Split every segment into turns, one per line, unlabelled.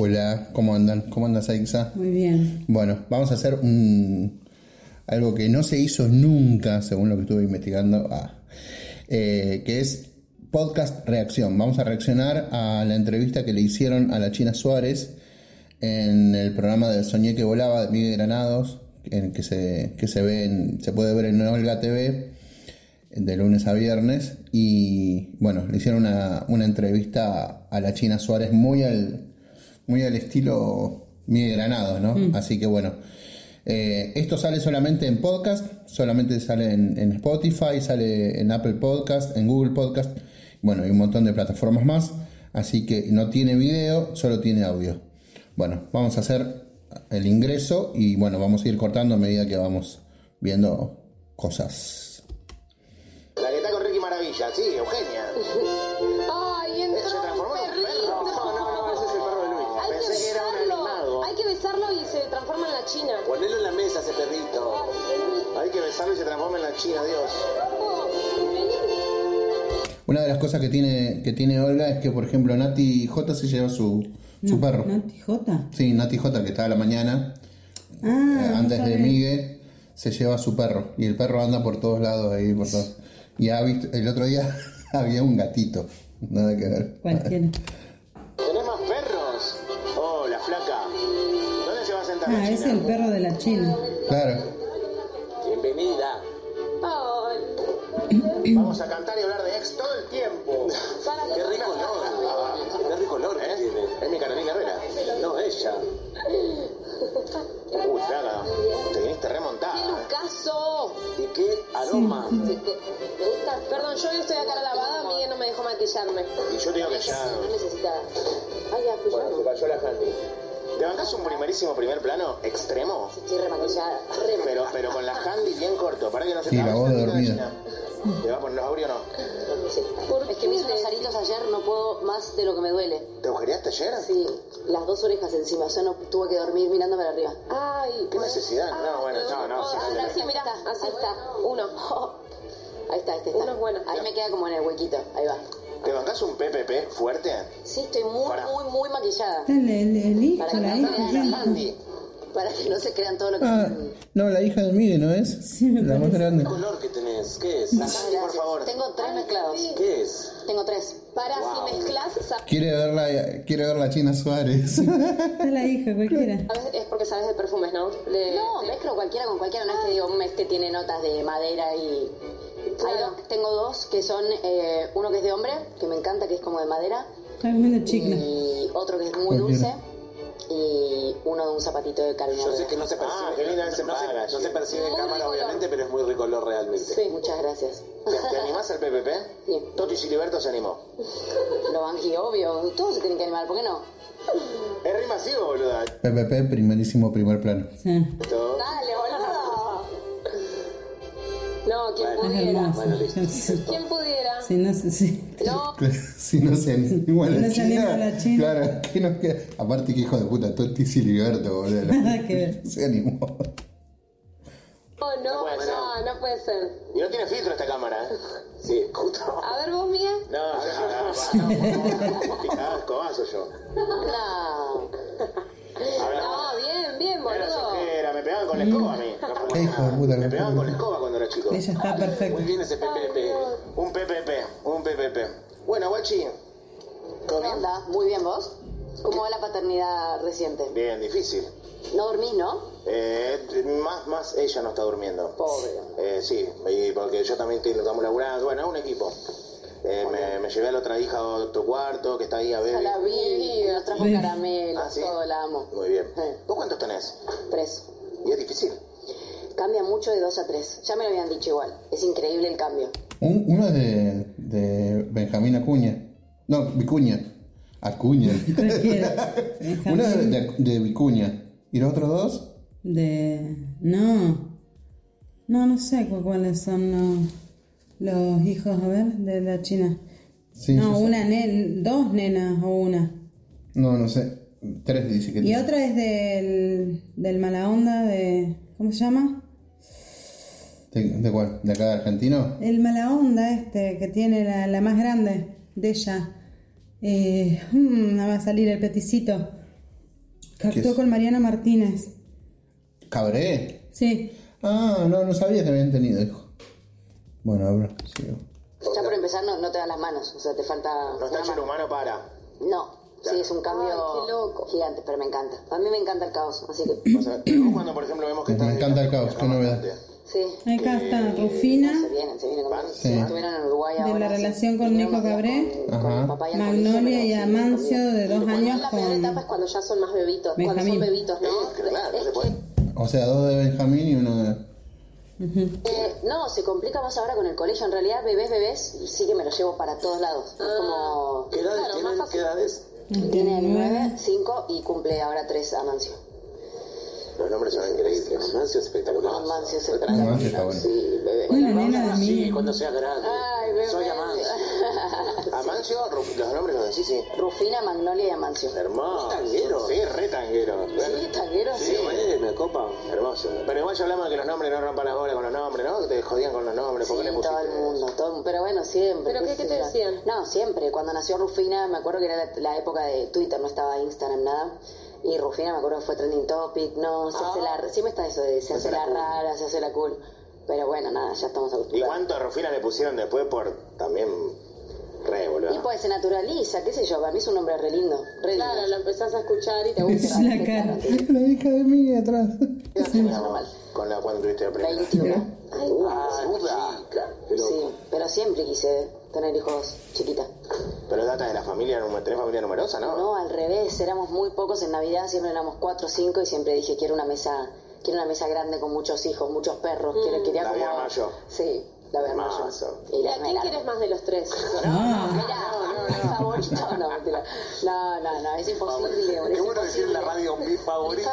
Hola, ¿cómo andan? ¿Cómo andas, Aixa?
Muy bien.
Bueno, vamos a hacer un, algo que no se hizo nunca, según lo que estuve investigando, ah, eh, que es podcast reacción. Vamos a reaccionar a la entrevista que le hicieron a la China Suárez en el programa de Soñé que volaba de Miguel Granados, en que se, que se ve en- se puede ver en Olga TV de lunes a viernes. Y bueno, le hicieron una, una entrevista a la China Suárez muy al, muy al estilo Miguel Granados, ¿no? Así que bueno. eh, esto sale solamente en podcast, solamente sale en, en Spotify, sale en Apple Podcast, en Google Podcast, bueno, y un montón de plataformas más. Así que no tiene video, solo tiene audio. Bueno, vamos a hacer el ingreso y bueno, vamos a ir cortando a medida que vamos viendo cosas.
La que está con Ricky Maravilla, sí, Eugenia.
Ay, entró
Se transformó
un
en un
perrito.
perro. No, no, no, ese es el perro de Luis.
Hay que
Pensé que era un
besarlo.
animado.
Hay que besarlo y se transforma en la china.
Ponelo en la mesa ese perrito. Hay que besarlo y se transforma en la china, Dios.
Una de las cosas que tiene, que tiene Olga es que, por ejemplo, Nati J se lleva su, su
No,
perro.
¿No, Tijota?
Sí, Nati J, que estaba a la mañana, eh,
Ah,
antes
no
de
sabía.
Miguel, se lleva su perro. Y el perro anda por todos lados ahí, por todos. Y ha visto, el otro día había un gatito. Nada que ver.
Cualquiera.
¿Tenés más perros? Oh, la flaca. ¿Dónde se va a sentar la
Ah,
china?
es el perro de la China.
Claro.
Bienvenida. Vamos a cantar y hablar de ex todo el tiempo. Qué rico olor. Qué rico olor, ¿eh? Es mi Carolina Herrera. No, ella. Uy, flaca. Te viniste remontada.
Lucaso.
¿Y qué aroma?
¿Te, te gusta? Perdón, yo hoy estoy acá lavada, Miguel no me dejó maquillarme.
Y yo digo que ya.
No necesitaba. Ay, ya fui
Bueno, se
yo.
cayó la gente. Levantás un primerísimo primer plano extremo,
Estoy remaquillada.
pero, pero con la handy bien corto, para que no se
Sí,
te
la
abra
voz
vida,
dormida.
China. ¿Te va a poner los aureos o
Es que me hice unos aritos ayer, no puedo más de lo que me duele.
no? ¿Te agujereaste ayer?
Sí, las dos orejas encima, yo no tuve que dormir mirando para arriba. Ay,
Qué necesidad. No, bueno, no, no, sí, no, no.
Así, mira, así está, uno. Ahí está, este está.
Uno es bueno.
Ahí me queda como en el huequito, ahí va.
¿Te bancás un PPP fuerte?
Sí, estoy muy,
Para.
muy, muy maquillada.
El, el- el hijo,
Para que
la
no
hija.
te
el
vean
hijo.
la Andy. Para que no se crean todo lo que...
Ah, no, la hija de Miguel, ¿no es?
Sí, me
la más
parece.
grande.
¿Qué color que tenés? ¿Qué es? La handy, por favor.
Tengo tres mezclados.
¿Qué es?
Tengo tres. Para, si mezclas, sabes,
Quiere ver la, quiere ver la China Suárez.
Está la hija, cualquiera.
Es porque sabes de perfumes, ¿no? De-
No, mezclo cualquiera con cualquiera, no es que digo, "Mm, es que tiene notas de madera y... Hay dos- tengo dos que son, eh, uno que es de hombre, que me encanta, que es como de madera,
Está comiendo chicla.
y otro que es muy dulce,
Cualquiera.
y uno de un zapatito de Carmen
Yo sé que no se percibe,
Ah, qué linda esa
no, se,
paga,
no se
sí.
percibe en
Muy
cámara
rico olor.
obviamente, pero es muy rico olor realmente.
Sí. Muchas gracias.
¿Te, te animás al PPP?
Sí.
Toti Siliberto se animó.
Lo banqui, obvio, todos se tienen que animar, ¿por qué no?
Es re masivo, boluda.
PPP, primerísimo primer plano.
Sí.
Esto.
Dale, boludo.
No, quien
Es
pudiera.
hermoso. Sí.
Quien pudiera.
Sí, no sé, sí.
No,
si no se anima a
Si
la,
no se
China,
anima a la China.
Claro, que nos queda? Aparte, que hijo de puta, Toti Siliberto, boludo.
Nada que ver.
Se animó.
no, no,
puede
no, no puede ser.
Y no tiene filtro esta cámara, ¿eh? Sí, justo.
A ver, vos, Miguel.
No, yo no, no, no. Picaba escobazo yo.
No.
Hablaba.
No, Ah, bien, bien,
Era
boludo.
sojera, me pegaban con la escoba a mí. No fue
Qué hijo de puta,
Me
qué
pegaban
hijo
con
de
la escoba cuando era chico.
Ella está
Muy
perfecta.
bien ese PPP.
Un PPP, un PPP. Bueno, guachi. ¿Todo
¿Qué
bien?
onda? Muy bien, ¿vos? ¿Cómo va la paternidad reciente?
Bien, difícil.
No dormís, ¿no?
Eh, más, más ella no está durmiendo.
Pobre.
Eh, sí, y porque yo también estoy estamos laburando. Bueno, es un equipo. Eh, me, me llevé a la otra hija a otro cuarto que está ahí a
Yo
ver.
la vi, nos trajo
Sí.
caramelos,
Ah, ¿sí?
todo, la amo.
Muy bien.
Sí.
¿Vos cuántos tenés?
Tres.
Y es difícil.
Cambia mucho de dos a tres. Ya me lo habían dicho igual. Es increíble el cambio.
Un- uno es de, de Benjamín Acuña. No, Vicuña. Acuña.
Cualquiera.
uno es de, de- de Vicuña. ¿Y los otros dos?
De. No. No, no sé cu- cuáles son los, los hijos, a ver, de la China.
Sí, yo
no,
sé.
una nen- dos nenas o una.
No, no sé. Tres dice que
Y otra es del, del mala onda de. ¿Cómo se llama?
¿De, de cuál? ¿De acá de argentino?
El mala onda este que tiene la, la más grande de ella. Eh, mm, no va a salir el peticito. Que
¿Qué
actuó
es?
con Mariana Martínez.
¿Cabré?
Sí.
Ah, no, no sabía que habían tenido hijo. Bueno, ahora sigo.
Ya por empezar no, no te dan las manos, o sea, te falta...
No está
una
hecho el
mano.
humano para.
No, sí, es un cambio
Ay, qué loco.
gigante, pero me encanta. A mí me encanta el caos, así que...
O sea, luego cuando por ejemplo vemos que
Pues Me
está.
encanta el caos, qué novedad.
Sí,
Acá está
se
Rufina,
vienen, se vienen como...
Sí.
Estuvieron en Uruguay
De
ahora.
la
sí.
relación con
Y no
Nico
nos vemos
Cabré,
con- con
Ajá.
mi papá y el colegio,
Magnolia
pero
y
sí,
Amancio de dos años
la peor etapa es
con...
cuando ya son más bebitos, cuando son
Benjamín.
bebitos, ¿no?
claro,
Es
no se puede.
O sea, dos de Benjamín y uno de.
Eh, no, se complica más ahora con el colegio. En realidad, bebés, bebés, sí que me lo llevo para todos lados. Es
Ah.
como...
¿Qué edades tienen? ¿Qué edades?
Tiene 9, 5 y cumple ahora 3 Amancio.
Los nombres son increíbles. Mancio es espectacular.
Amancio se
No, Amancio está bueno.
Sí, bebé.
Una nena de
Sí,
mí.
cuando sea grande.
Ay, bebé.
Soy Amancio.
Amancio, Ru- los nombres los decís, sí.
Rufina, Magnolia y Amancio.
Hermoso. Tanguero.
Sí, re tanguero.
Sí, tanguero, sí.
Sí, me copa.
Hermoso. Pero igual ya hablamos de que los nombres no rompan las bolas con los nombres, ¿no? Que te jodían con los nombres.
Sí,
porque le pusiste?
todo el mundo, todo- pero bueno, siempre.
¿Pero qué-
sé
qué te
yo.
decían?
No, siempre. Cuando nació Rufina, me acuerdo que era la, la época de Twitter, no estaba Instagram, nada. Y Rufina, me acuerdo que fue trending topic, no, se hace
Ah.
la... Siempre está eso de se hace la rara, se hace la cool. Pero bueno, nada, ya estamos
¿Y
acostumbrados.
cuánto a Rufina le pusieron después por también re, boludo?
Y pues se naturaliza, qué sé yo, para mí es un nombre re lindo, re lindo.
Claro, lo empezás a escuchar y te gusta.
La cara.
La hija de mí atrás.
Con la cual tuviste la primera. Uh,
21.
Ay,
Ah, chica. Pero,
Sí, pero siempre quise tener hijos chiquita.
Pero data de la familia, numer- tenés familia numerosa, ¿no?
No, al revés, éramos muy pocos en Navidad, siempre éramos cuatro o cinco y siempre dije, quiero una mesa, quiero una mesa grande con muchos hijos, muchos perros, quiero, quería
La
como...
Vía Mayo.
Sí, la Vía Mayo.
Mazo.
Y
¿Y
la
a quién
mera-
quieres más de los tres?
Ah,
Mira, favorito, no, mentira. No, no, no, es imposible.
Qué bueno decir en la radio mi favorito.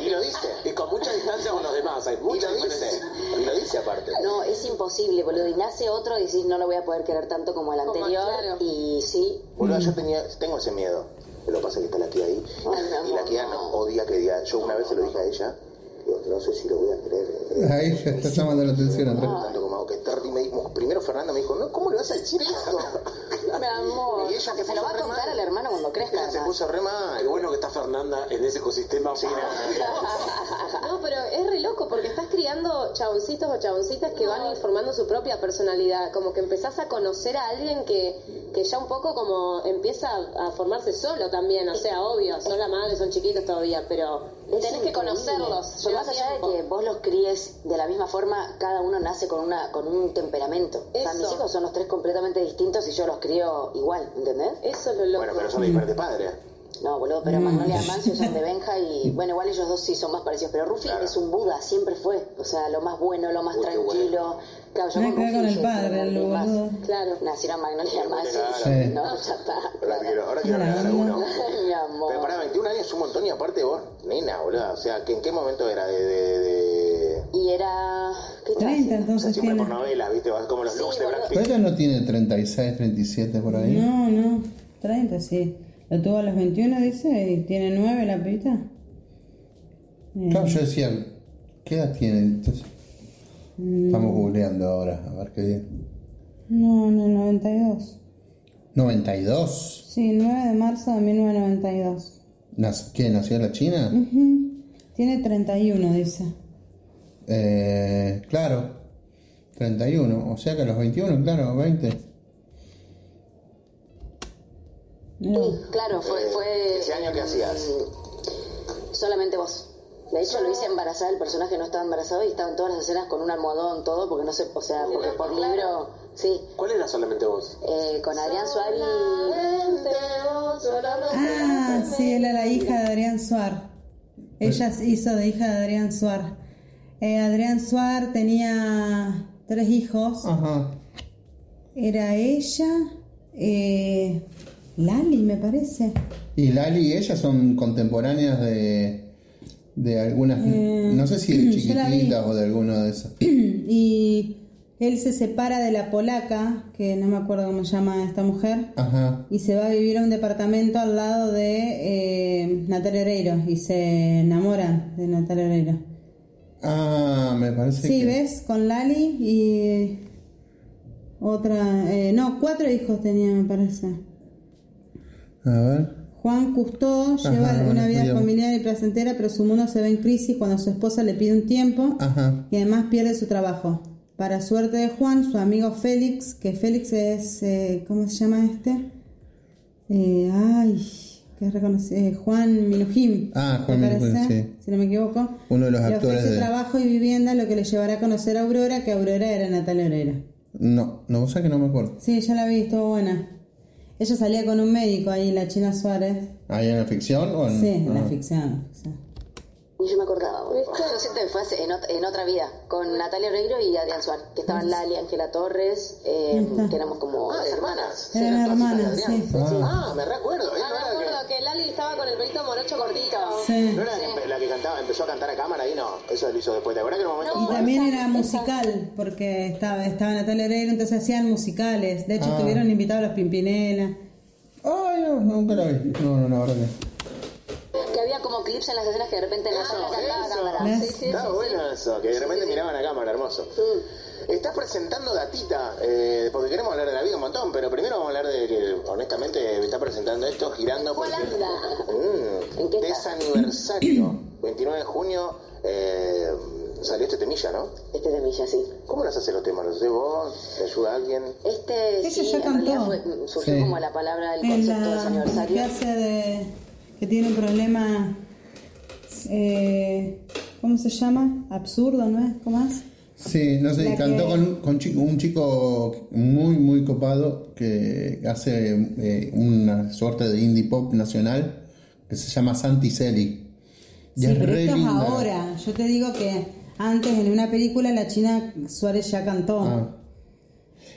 Y lo dice.
Y con mucha distancia con los demás. Hay
Y
mucha
lo dice.
distancia.
Y lo dice aparte.
No, es imposible, boludo. Y nace otro y decís, no lo voy a poder querer tanto como el
Como,
anterior.
claro.
Y sí,
Boludo, yo tenía, tengo ese miedo. Lo que pasa es que está la tía ahí.
Ay, mi
y la
amor,
tía no odia que diga. Yo una vez se lo dije a ella. Digo, no sé si lo voy a creer. eh,
Ahí ya está llamando la atención atrás.
Tanto como hago que Terry me dijo. Primero Fernanda me dijo, no, ¿cómo le vas a decir eso?
mi amor.
Y ella
Porque
se
se lo
puso
va a
re
contar
mal.
al hermano cuando crezca.
Ella se
además.
puso re mal.
Qué bueno que está Fernanda en ese ecosistema.
No, pero es re loco porque estás criando chaboncitos o chaboncitas que van informando su propia personalidad. Como que empezás a conocer a alguien que, que ya un poco como empieza a, a formarse solo también. O sea, obvio, son la madre, son chiquitos todavía, pero
Es
tenés que
increíble.
conocerlos.
Pero
lleva
más allá de
tiempo.
que vos los críes de la misma forma, cada uno nace con una con un temperamento. O sea,
Eso.
mis hijos son los tres completamente distintos y yo los crío igual, ¿entendés?
Eso es lo loco.
Bueno, pero son de diferentes padres.
No, boludo, pero Magnolia y Amancio son de Benja y, bueno, igual ellos dos sí son más parecidos. Pero Rufi es un Buda, siempre fue. O sea, lo más bueno, lo más tranquilo. Claro, yo
Nada que ver
Rufi
con el
dije,
padre,
"Quiero
el
vivir más".
boludo.
Claro.
Nacieron Magnolia y Amancio.
Sí.
y yo, No, ya está.
Ahora
claro.
quiero, ahora quiero
Hola,
regalar a
hola.
uno.
Mi amor.
Pero pará, 21 años es un montón y aparte vos, nena, boludo. O sea, ¿que ¿en qué momento era de...? de, de...
Y era... ¿Qué
30
estás haciendo?
O sea,
entonces
siempre
tiene.
por novelas, ¿viste? Vas como los looks de
boludo.
Pero
Blackpink.
ella no tiene 36, 37 por ahí.
No, no, 30 sí. Lo tuvo a los 21, dice, y tiene 9 la Eh, pita.
Claro, yo decía, ¿qué edad tiene? Entonces,
Mm.
estamos googleando ahora, a ver qué dice.
No, no, 92.
92.
Sí, 9 de marzo de 1992.
Nac- ¿Qué? ¿Nació en la China?
Mm. Ujú. Tiene 31, dice.
Eh, claro, 31. O sea que a los 21, claro, 20.
Mirá.
Sí, claro,
eh,
fue... fue
¿Ese año qué hacías?
Solamente vos. De hecho, lo hice embarazada, el personaje no estaba embarazado y estaban todas las escenas con un almohadón, todo, porque no sé, o sea, porque por libro, sí,
¿Cuál era solamente vos?
eh, con Adrián Suárez.
Ah, sí, era la hija de Adrián Suar. Ella se hizo de hija de Adrián Suar. Eh, Adrián Suar tenía tres hijos.
Ajá.
Era ella, eh, Lali, me parece.
Y Lali y ella son contemporáneas de, de algunas, no sé si de
Eh, yo la vi.
chiquititas o de alguno de esos.
Y él se separa de la polaca, que no me acuerdo cómo se llama esta mujer,
Ajá.
y se va a vivir a un departamento al lado de eh, Natalia Oreiro. Y se enamora de Natalia Oreiro.
Ah, me parece
Sí,
que.
ves, con Lali y otra... eh, no, cuatro hijos tenía, me parece.
A ver.
Juan Custó
Ajá,
lleva
bueno,
una vida
digamos.
familiar y placentera, pero su mundo se ve en crisis cuando su esposa le pide un
Ah,
tiempo
Ajá.
y además pierde su trabajo. Para suerte de Juan, su amigo Félix, que Félix es, eh, ¿cómo se llama este? Eh, ay, que es reconocido, eh, Juan Minujín.
Ah, Juan
me
Minujín,
parece,
sí.
Si no me equivoco.
Uno de los
le
actores
ofrece
de-
trabajo y vivienda, lo que le llevará a conocer a Aurora, que Aurora era Natalia Oreira.
No, no, vos sabés que no me acuerdo.
Sí, ya la vi, estuvo buena. Ella salía con un médico ahí, la China Suárez.
¿Ahí en la ficción o en.?
Sí, en la
ah.
ficción. o sea.
Ni yo me acordaba. Yo siento que fue hace- en, ot- en otra vida, con Natalia Oreiro y Adrián Suárez, que estaban Lali, Ángela Torres, eh,
Ahí está.
que éramos como
Ah,
las
de
hermanas.
hermanas.
Era una hermana, sí.
Ah,
Ah, me recuerdo. ¿eh?
Ah,
No
me
era
acuerdo que Lali estaba con el pelito morocho cortito.
sí.
que- no era la que- la que cantaba, empezó a cantar a cámara y no, eso lo hizo después. ¿Te acuerdas que en un momento
Y también era musical, porque estaba, estaba Natalia Oreiro, entonces hacían musicales. De hecho,
Ah.
estuvieron invitados los Pimpinela.
Ay, no, nunca la vi. No, no, la verdad que.
Que había como clips en las escenas que de repente Natalia cantaba
eso.
cámara.
¿Ves?
Estaba bueno eso, que de repente miraban a cámara, hermoso. Estás presentando Datita, eh, porque queremos hablar de la vida un montón, pero primero vamos a hablar de que, honestamente, me está presentando esto girando por
¿Cuál anda? ¿En qué está?
desaniversario. 29 de junio eh, salió este temilla, ¿no?
Este es de Milla, sí.
¿Cómo las hace los temas? ¿Los haces vos? ¿Te ayuda alguien?
Este
Ese
sí,
ya
en
cantó.
realidad fue- mm, surgió
Sí.
como la palabra del
En
concepto de
la que
desaniversario.
hace de. que tiene un problema. eh, ¿Cómo se llama? Absurdo, ¿no es? ¿Cómo es?
Sí, no sé,
La
cantó
que-
con, con chi- un chico muy, muy copado que hace eh, una suerte de indie pop nacional que se llama Santi Celi. Y
Sí,
es
pero
re
esto es
linda.
ahora. Yo te digo que antes en una película la China Suárez ya cantó.
Ah.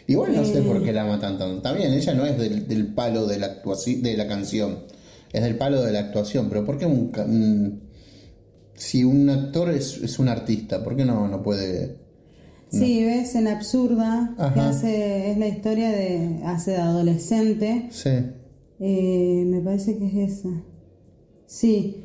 Igual no sé
Eh.
por qué la matan tanto. También ella no es del, del palo de la actuaci- de la canción, es del palo de la actuación. Pero ¿por qué un, ca- un- si un actor es, es un artista, por qué no no puede?
Sí, ves en Absurda, que
Ajá.
hace, es la historia de, hace de adolescente.
Sí.
Eh, me parece que es esa. Sí,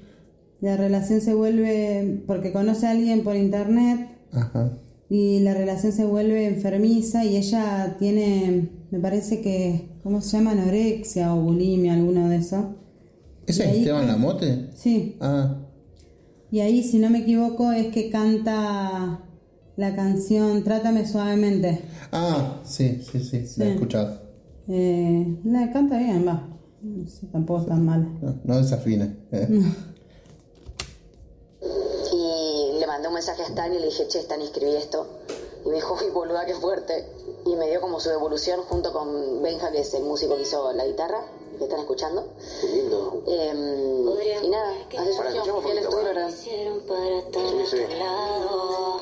la relación se vuelve, porque conoce a alguien por internet
Ajá.
y la relación se vuelve enfermiza y ella tiene, me parece que, ¿cómo se llama? Anorexia o bulimia, alguno de eso.
¿Ese
Y
es
ahí-
Esteban Lamote?
Sí,
Ah,
y ahí si no me equivoco es que canta la canción Trátame suavemente.
ah, sí, sí, sí, la he
Sí.
escuchado.
Eh, la canta bien, va. No sé, tampoco es tan mala.
No, no desafina. Eh.
Y le mandé un mensaje a Stan y le dije, che, Stan, escribí esto. Y me dijo, uy, boluda, qué fuerte. Y me dio como su devolución junto con Benja, que es el músico que hizo la guitarra, que están escuchando.
Qué lindo.
Em, y nada, hace
Para,
surgió,
escuchemos
fui al
poquito, para.
estudio, la verdad.
hicieron para estar
Sí, sí.
a tu lado.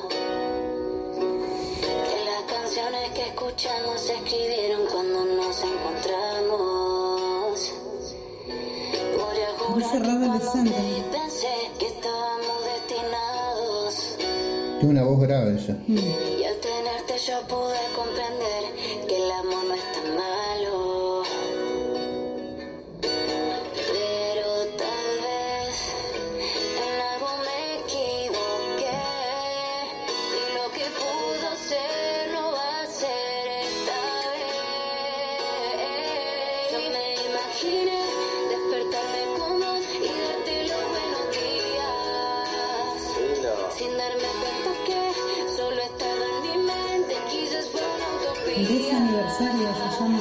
Que las canciones que escuchamos se escribieron cuando nos encontramos. Podría
Dice
jurar
Rob
que cuando
Alexander.
te vi pensé que estábamos destinados.
Tiene una voz grave ella.
Y al tenerte yo pude comprender que el amor no es tan malo. Pero tal vez en algo me equivoqué. Y lo que pudo ser no va a ser esta vez. Yo me imaginé despertarme con vos y darte los buenos días.
Qué lindo.
Sin darme cuenta que solo estaba en mi mente, quizás fue una
Feliz
utopía.
aniversario se llama.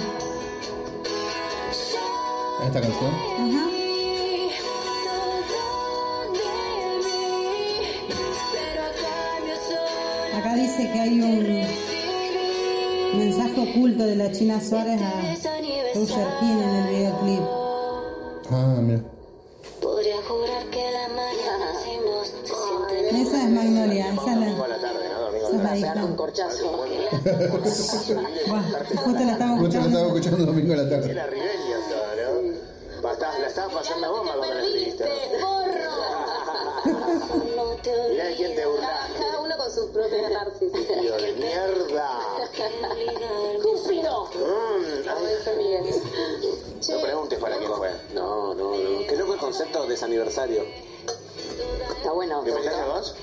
Esta canción.
Ajá.
Y todo de mí, pero a cambio solo
Acá dice que hay un
recibí
mensaje oculto de la China Suárez a Roger King en el videoclip.
desaniversario.
Ah, mira.
Podría jurar que la mañana sin vos se siente
Esa es Magnolia, esa es
Domingo a
la.
la tarde, ¿no? Domingo
Esa
a
es la
la tarde.
Pegar un
hija.
corchazo.
Buah, justo la
Justo
estaba
la
escuchando.
estaba escuchando domingo a la tarde.
Era ribeña, ¿no? Va, estás- la estabas pasando a bomba cuando la escribiste. ¿no?
no te
Mirá de quién te burla.
Cada uno con su propia catarsis.
Tío de mierda.
obligar.
¡Cúpido!
Mm,
Como
ay,
dice Miguel. Che,
no preguntes para quién fue.
No, no, no. Qué loco el concepto de desaniversario.
Está bueno.
¿Te metiste vos?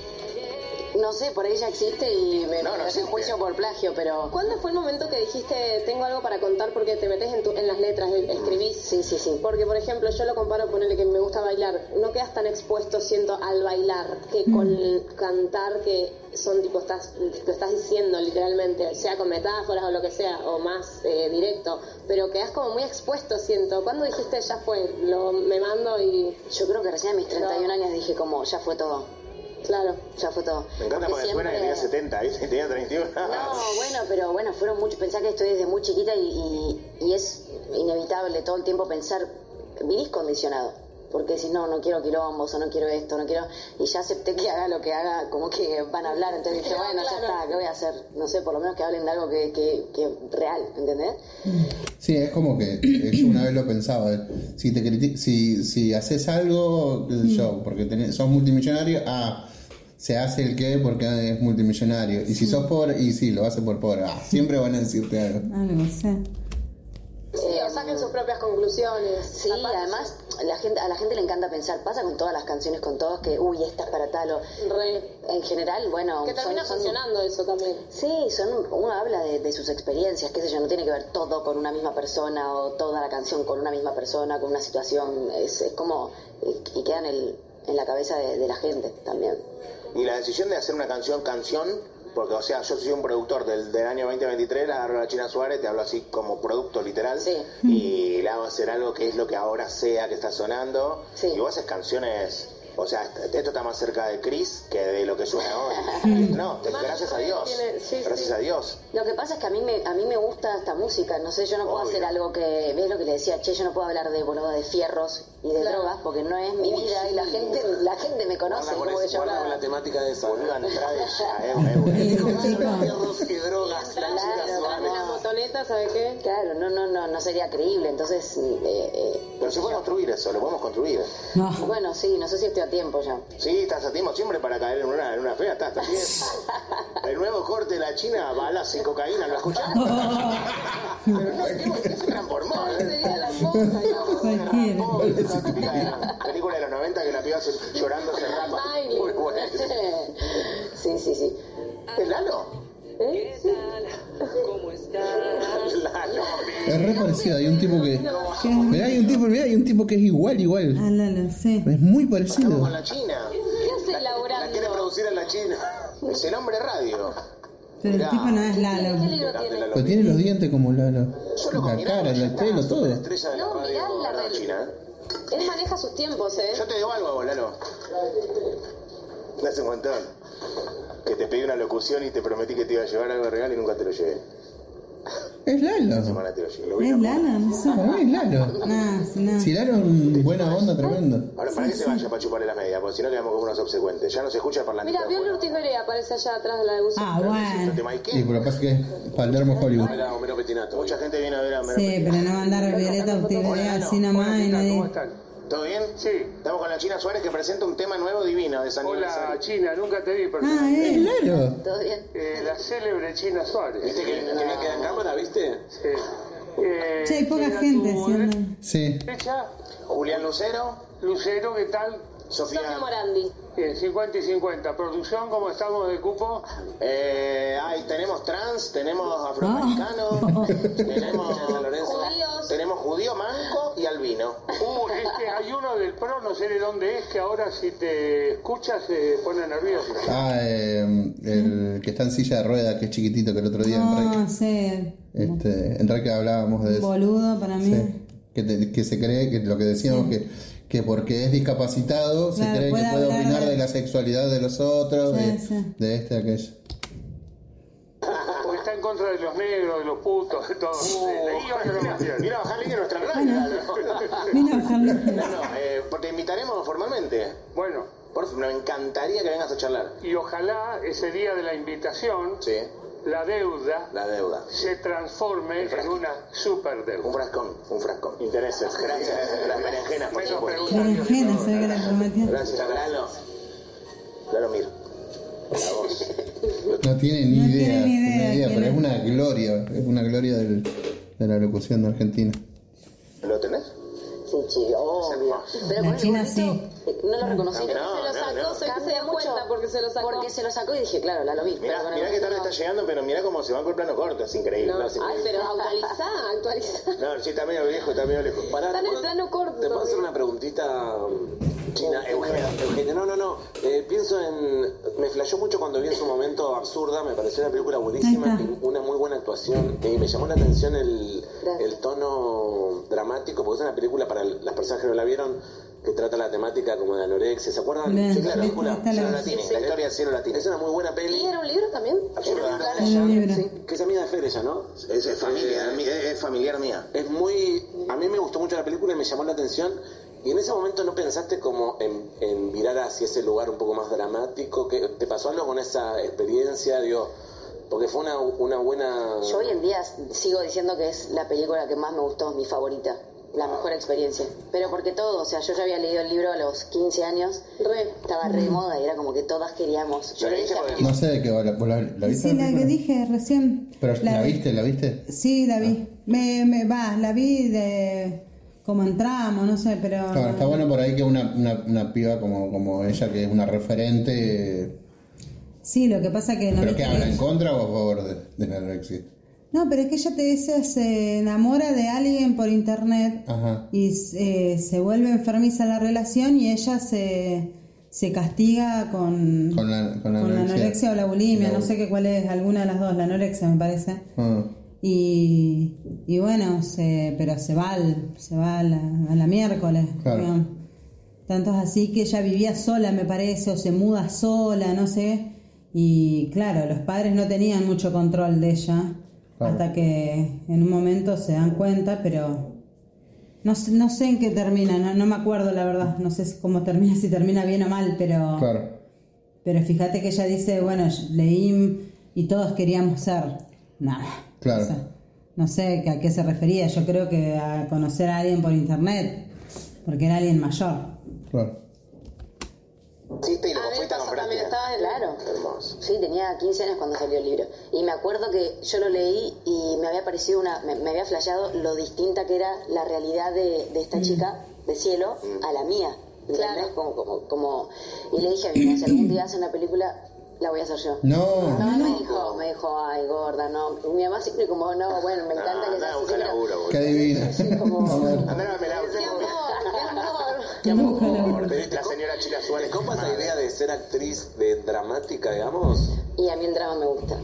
No sé, por ahí ya existe y me
No, no
me hacen
existe.
juicio por plagio, pero.
¿Cuándo fue el momento que dijiste, tengo algo para contar porque te metes en, tu- en las letras, eh, escribís?
Sí, sí, sí.
Porque, por ejemplo, yo lo comparo, ponele que me gusta bailar. No quedas tan expuesto, siento, al bailar que
Mm.
con cantar, que son tipo, estás, lo estás diciendo literalmente, sea con metáforas o lo que sea, o más eh, directo. Pero quedas como muy expuesto, siento. ¿Cuándo dijiste, ya fue, lo, me mando y.
Yo creo que recién a mis 31
No.
años dije, como, ya fue todo.
Claro.
Ya fue todo.
Me encanta porque suena que tenía 70, ¿viste? Tenía 31.
No, bueno, pero bueno, fueron muchos. Pensá que estoy desde muy chiquita y, y- y es inevitable todo el tiempo pensar, vivís condicionado. Porque decís, no, no quiero quilombos o no quiero esto, no quiero. Y ya acepté que haga lo que haga, como que van a hablar. Entonces dije,
Claro,
bueno, ya
claro.
está, ¿qué voy a hacer? No sé, por lo menos que hablen de algo que, que, que real, ¿entendés?
Sí, es como que eh, yo una vez lo pensaba. eh, Si te criti- si, si haces algo, qué sé yo, porque tenés- sos multimillonario, ah, se hace el qué porque es multimillonario. Y si sos pobre, y sí, lo hace por pobre. Ah, siempre van a decirte algo.
Algo, Ah, sé.
Sí, o saquen sus propias conclusiones.
Sí,
Capaz-
además la gente, a la gente le encanta pensar, pasa con todas las canciones, con todos, que, uy, esta es para tal o...
Re.
En general, bueno...
Que
son-
termina
son-
funcionando eso también.
Sí, son, uno habla de, de sus experiencias, qué sé yo, no tiene que ver todo con una misma persona o toda la canción con una misma persona, con una situación, es, es como, eh, y, y queda en, el- en la cabeza de, de la gente también.
Y la decisión de hacer una canción canción, porque o sea, yo soy un productor del, del año 2023, la agarro a la China Suárez, te hablo así como producto literal,
Sí.
y la hago hacer algo que es lo que ahora sea que está sonando,
Sí.
y vos haces canciones, o sea, esto está más cerca de Chris que de lo que suena hoy. no, te-
Más
gracias a
re
Dios,
tiene- sí,
gracias
sí.
a Dios.
Lo que pasa es que a mí me, a mí me gusta esta música, no sé, yo no puedo
Obvio.
hacer algo que, ves lo que le decía, che, yo no puedo hablar de boludo de fierros y de
Claro.
drogas porque no es mi
Uy,
vida y la
sí.
gente, la gente me conoce
Guarda con,
como que
eso,
yo
guarda con la
hablaba.
temática de esa. Boludo, Andrade ya, eh, eh, eh. Perros y drogas, la
Claro,
China
claro.
Atrás de
Suárez.
una motoneta, ¿sabes qué?
Claro, no, no, no, no sería creíble, entonces, eh, eh,
Pero se puede construir eso, lo podemos construir.
No.
bueno, sí, no sé si estoy a tiempo ya.
Sí, estás a tiempo siempre para caer en una, en una fea, estás, estás bien. El nuevo corte de la China, balas y cocaína, ¿lo escuchamos? Pero no, ¿qué es un gran pormón?
Sería la cosa, digamos.
Cualquiera.
Oh, ¿eh? esa típica de la película de los 90 que la piba se- llorando se rapa.
Baile.
Muy bueno.
sí, sí, sí.
¿El Lalo?
¿Eh?
El Lalo.
Es re parecido. Hay un tipo que. Mirá, hay un tipo, mirá, hay un tipo que es igual, igual.
Alala, Ah, sé.
Es muy
Estamos con
parecido.
la China.
¿Qué
La
hace
quiere
laburando?
producir en la China. Es el hombre radio.
Pero el
Mirá.
tipo no es Lalo.
¿Qué libro tiene?
Pero tiene los dientes como la, la,
Solo con
la
mirarlo
cara,
ya
el
está,
pelo, todo.
superestrella de la
No,
radio
mirá la
ahora
red.
China, ¿eh?
Él maneja sus tiempos, ¿eh?
Yo te digo algo, Lalo. Hace un montón. Que te pedí una locución y te prometí que te iba a llevar algo de regalo y nunca te lo llevé.
Es Lalo.
Semana te lo llevé. Lo voy a
¿Es
comprar.
Lalo? No sé.
Para mí es Lalo.
No, sí, no.
Si Lalo es un buena onda tremendo.
Ahora, para que se vaya para chuparle las medias, porque si no quedamos como unos obsecuentes. Ya no se escucha parlante.
Mira, Viola Ortiz Berea aparece allá atrás de la de Bucet.
Ah,
No
bueno.
te maiqué.
Sí, pero pasa que es Palermo Hollywood.
Era Homero Petinato. Mucha gente viene a ver a Homero
Sí, pero no mandar a Violeta Utilería así nomás y nadie.
Petinato. ¿Todo bien? Sí. Estamos con la China Suárez que presenta un tema nuevo divino de San
Hola
Aniversario.
China, nunca te vi, pero
Ah,
Es
eh.
Lalo.
¿Todo bien?
eh, la célebre China Suárez.
¿Viste que que me queda en cámara, viste?
Sí. Eh,
Che, hay poca
China,
gente
tu
haciendo.
Sí.
derecha,
Julián Lucero,
Lucero, ¿qué tal?
Sofía
Sofía.
Morandi.
Eh, 50 y 50. Producción, ¿cómo estamos de cupo?
Eh, ay, tenemos trans, tenemos afroamericanos, tenemos,
Judíos.
tenemos judío, manco y albino.
Uh, este, hay uno del PRO, no sé de dónde es, que ahora si te escucha se pone nervioso.
Ah, eh, el que está en silla de ruedas, que es chiquitito, que el otro día en
Ah, No,
Rec,
sé.
este, en Rec hablábamos de
Un
eso.
boludo para mí.
Sí. Que, te- que se cree que lo que decíamos que, que porque es discapacitado
Claro,
se cree
puede
que puede
hablar
opinar
de-
de la sexualidad de los otros,
Sí,
de,
sí.
de este, aquello.
Porque está en contra de los negros, de los putos, de todos. Leí otra grabación.
Mira, bajar línea nuestra radio.
Bueno.
Lalo.
Vino a bajarle.
No, no, eh, te invitaremos formalmente.
Bueno,
Por favor, me encantaría que vengas a charlar.
y ojalá ese día de la invitación,
Sí,
la deuda
la deuda.
se transforme en una superdeuda.
Un frascón, un frascón. Intereses. Gracias. Las berenjenas, por
Menos
supuesto.
preguntas.
Berenjena, sé que la prometió.
Gracias, Lalo. Lalo Mir. La voz.
No tiene ni
No
idea,
tiene ni idea
una idea
quién
pero es
es.
una gloria, es una gloria del- de la locución de Argentina.
¿Lo tenés?
Sí, sí, chico, obvio.
hermoso.
Pero
La
con el
China
gorrito,
sí.
eh, No lo reconocí.
No, no,
Se lo sacó,
no.
se se
Cambia
dio
mucho
cuenta porque se lo sacó.
Porque se lo sacó y dije, claro, la lo vi.
Mirá,
pero con el
mirá qué tarde
gorrito
está llegando, pero mirá cómo se van con el plano corto, es increíble.
No,
No, es
Ay,
increíble.
pero actualizá, actualizá.
No, sí, está medio viejo, está medio lejos.
Pará,
Está en
¿te
el
puedo-
plano corto,
¿Te puedo hacer
mira.
una preguntita? um, China, Eugenia, Eugenia, no, no, no. Eh, pienso en. Me flashó mucho cuando vi en su momento absurda, me pareció una película buenísima,
Ahí está.
una muy buena actuación. Eh, me llamó la atención el,
Gracias.
el tono dramático, porque es una película para el- las personas que no la vieron, que trata la temática como de anorexia, ¿se acuerdan?
Bien,
sí, claro,
bien,
película.
está la-
Cielo Latini,
Sí, sí.
la historia de Cielo Latino. Es una muy buena peli.
¿Y era un libro también?
Absurda.
Es un libro.
Que es amiga de Fer ella, ¿no?
Es, es familia, es, es familiar mía.
Es muy. A mí me gustó mucho la película y me llamó la atención. Y en ese momento no pensaste como en, en virar hacia ese lugar un poco más dramático. que ¿Te pasó algo con esa experiencia? Digo, porque fue una, una buena.
Yo hoy en día sigo diciendo que es la película que más me gustó, mi favorita, la
Ah.
mejor experiencia. Pero porque todo, o sea, yo ya había leído el libro a los 15 años,
Re.
estaba re de moda y era como que todas queríamos. Yo
Pero
le dije a
ella-
mi-
No sé de qué va la, ¿vos la- la viste.
Sí, la que
película?
dije recién.
Pero la,
vi.
viste, Ah. la viste.
Sí, la vi. Me, me va, la vi de como entramos, no sé, pero
Claro, Ah, está bueno por ahí que una, una, una piba como, como ella, que es una referente, eh,
sí, lo que pasa que no
pero
viste
que habla
que-
en contra o a favor de, de la anorexia.
No, pero es que ella te dice se enamora de alguien por internet
Ajá.
y eh, se vuelve enfermiza la relación y ella se, se castiga con,
Con la, con la
con la
anorexia.
anorexia o la bulimia,
La
no sé
bul-
qué cuál es, alguna de las dos, la anorexia me parece.
Ah.
Y, y bueno, se, pero se va, al- se va a la, a la miércoles.
Claro.
digamos. Tanto es así que ella vivía sola, me parece, o se muda sola, no sé. Y claro, los padres no tenían mucho control de ella.
Claro.
Hasta que en un momento se dan cuenta, pero no sé, no sé en qué termina, no, no me acuerdo la verdad, no sé si- cómo termina, si termina bien o mal, pero...
Claro.
Pero fíjate que ella dice, bueno, leí y todos queríamos ser. Nada.
Claro.
O sea, no sé que- a qué se refería. Yo creo que a conocer a alguien por internet, porque era alguien mayor.
Claro.
Hiciste y
Ah,
lo
A mí
fuiste a
pasó
comprar.
también, estaba en
Claro.
Hermoso.
Sí, tenía 15 años cuando salió el libro. Y me acuerdo que yo lo leí y me había parecido una. Me, me había flasheado lo distinta que era la realidad de, de
Mm.
esta chica de cielo a la mía. ¿entendés?
Claro.
Como, como, como... Y le dije a mi mamá, si algún día hace una película, la voy a hacer yo.
No.
Ah,
No, me dijo, me dijo, ay, gorda, no. Y mi mamá siempre como, no, bueno, me encanta
Ah,
que
Andá a
seas
buscar
así,
laburo,
Qué
boludo.
divina.
Andá a pelar.
¡Qué amor! ¡Qué amor!
Qué amor. La señora Chila Suárez.
¿Te copa esa idea de ser actriz de dramática, digamos?
pero- Y a mí el drama me gusta.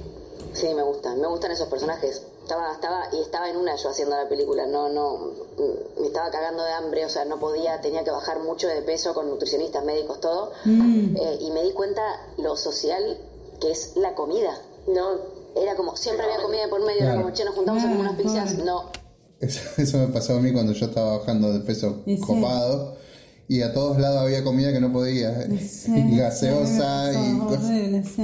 Sí, me gusta. Me gustan esos personajes. Estaba, estaba, y estaba en una yo haciendo la película. No, no. mm, Me estaba cagando de hambre, o sea, no podía, tenía que bajar mucho de peso con nutricionistas, médicos, todo.
Mm,
Eh, y me di cuenta lo social que es la comida.
No.
Era como, siempre había comida de por medio, era
Claro.
como, che, nos juntamos como unas pizzas.
Claro.
No,
Eso, eso me pasó a mí cuando yo estaba bajando de peso
Y sí.
copado. Y a todos lados había comida que no podía. Y gaseosa y cosas.
Horrible, sí.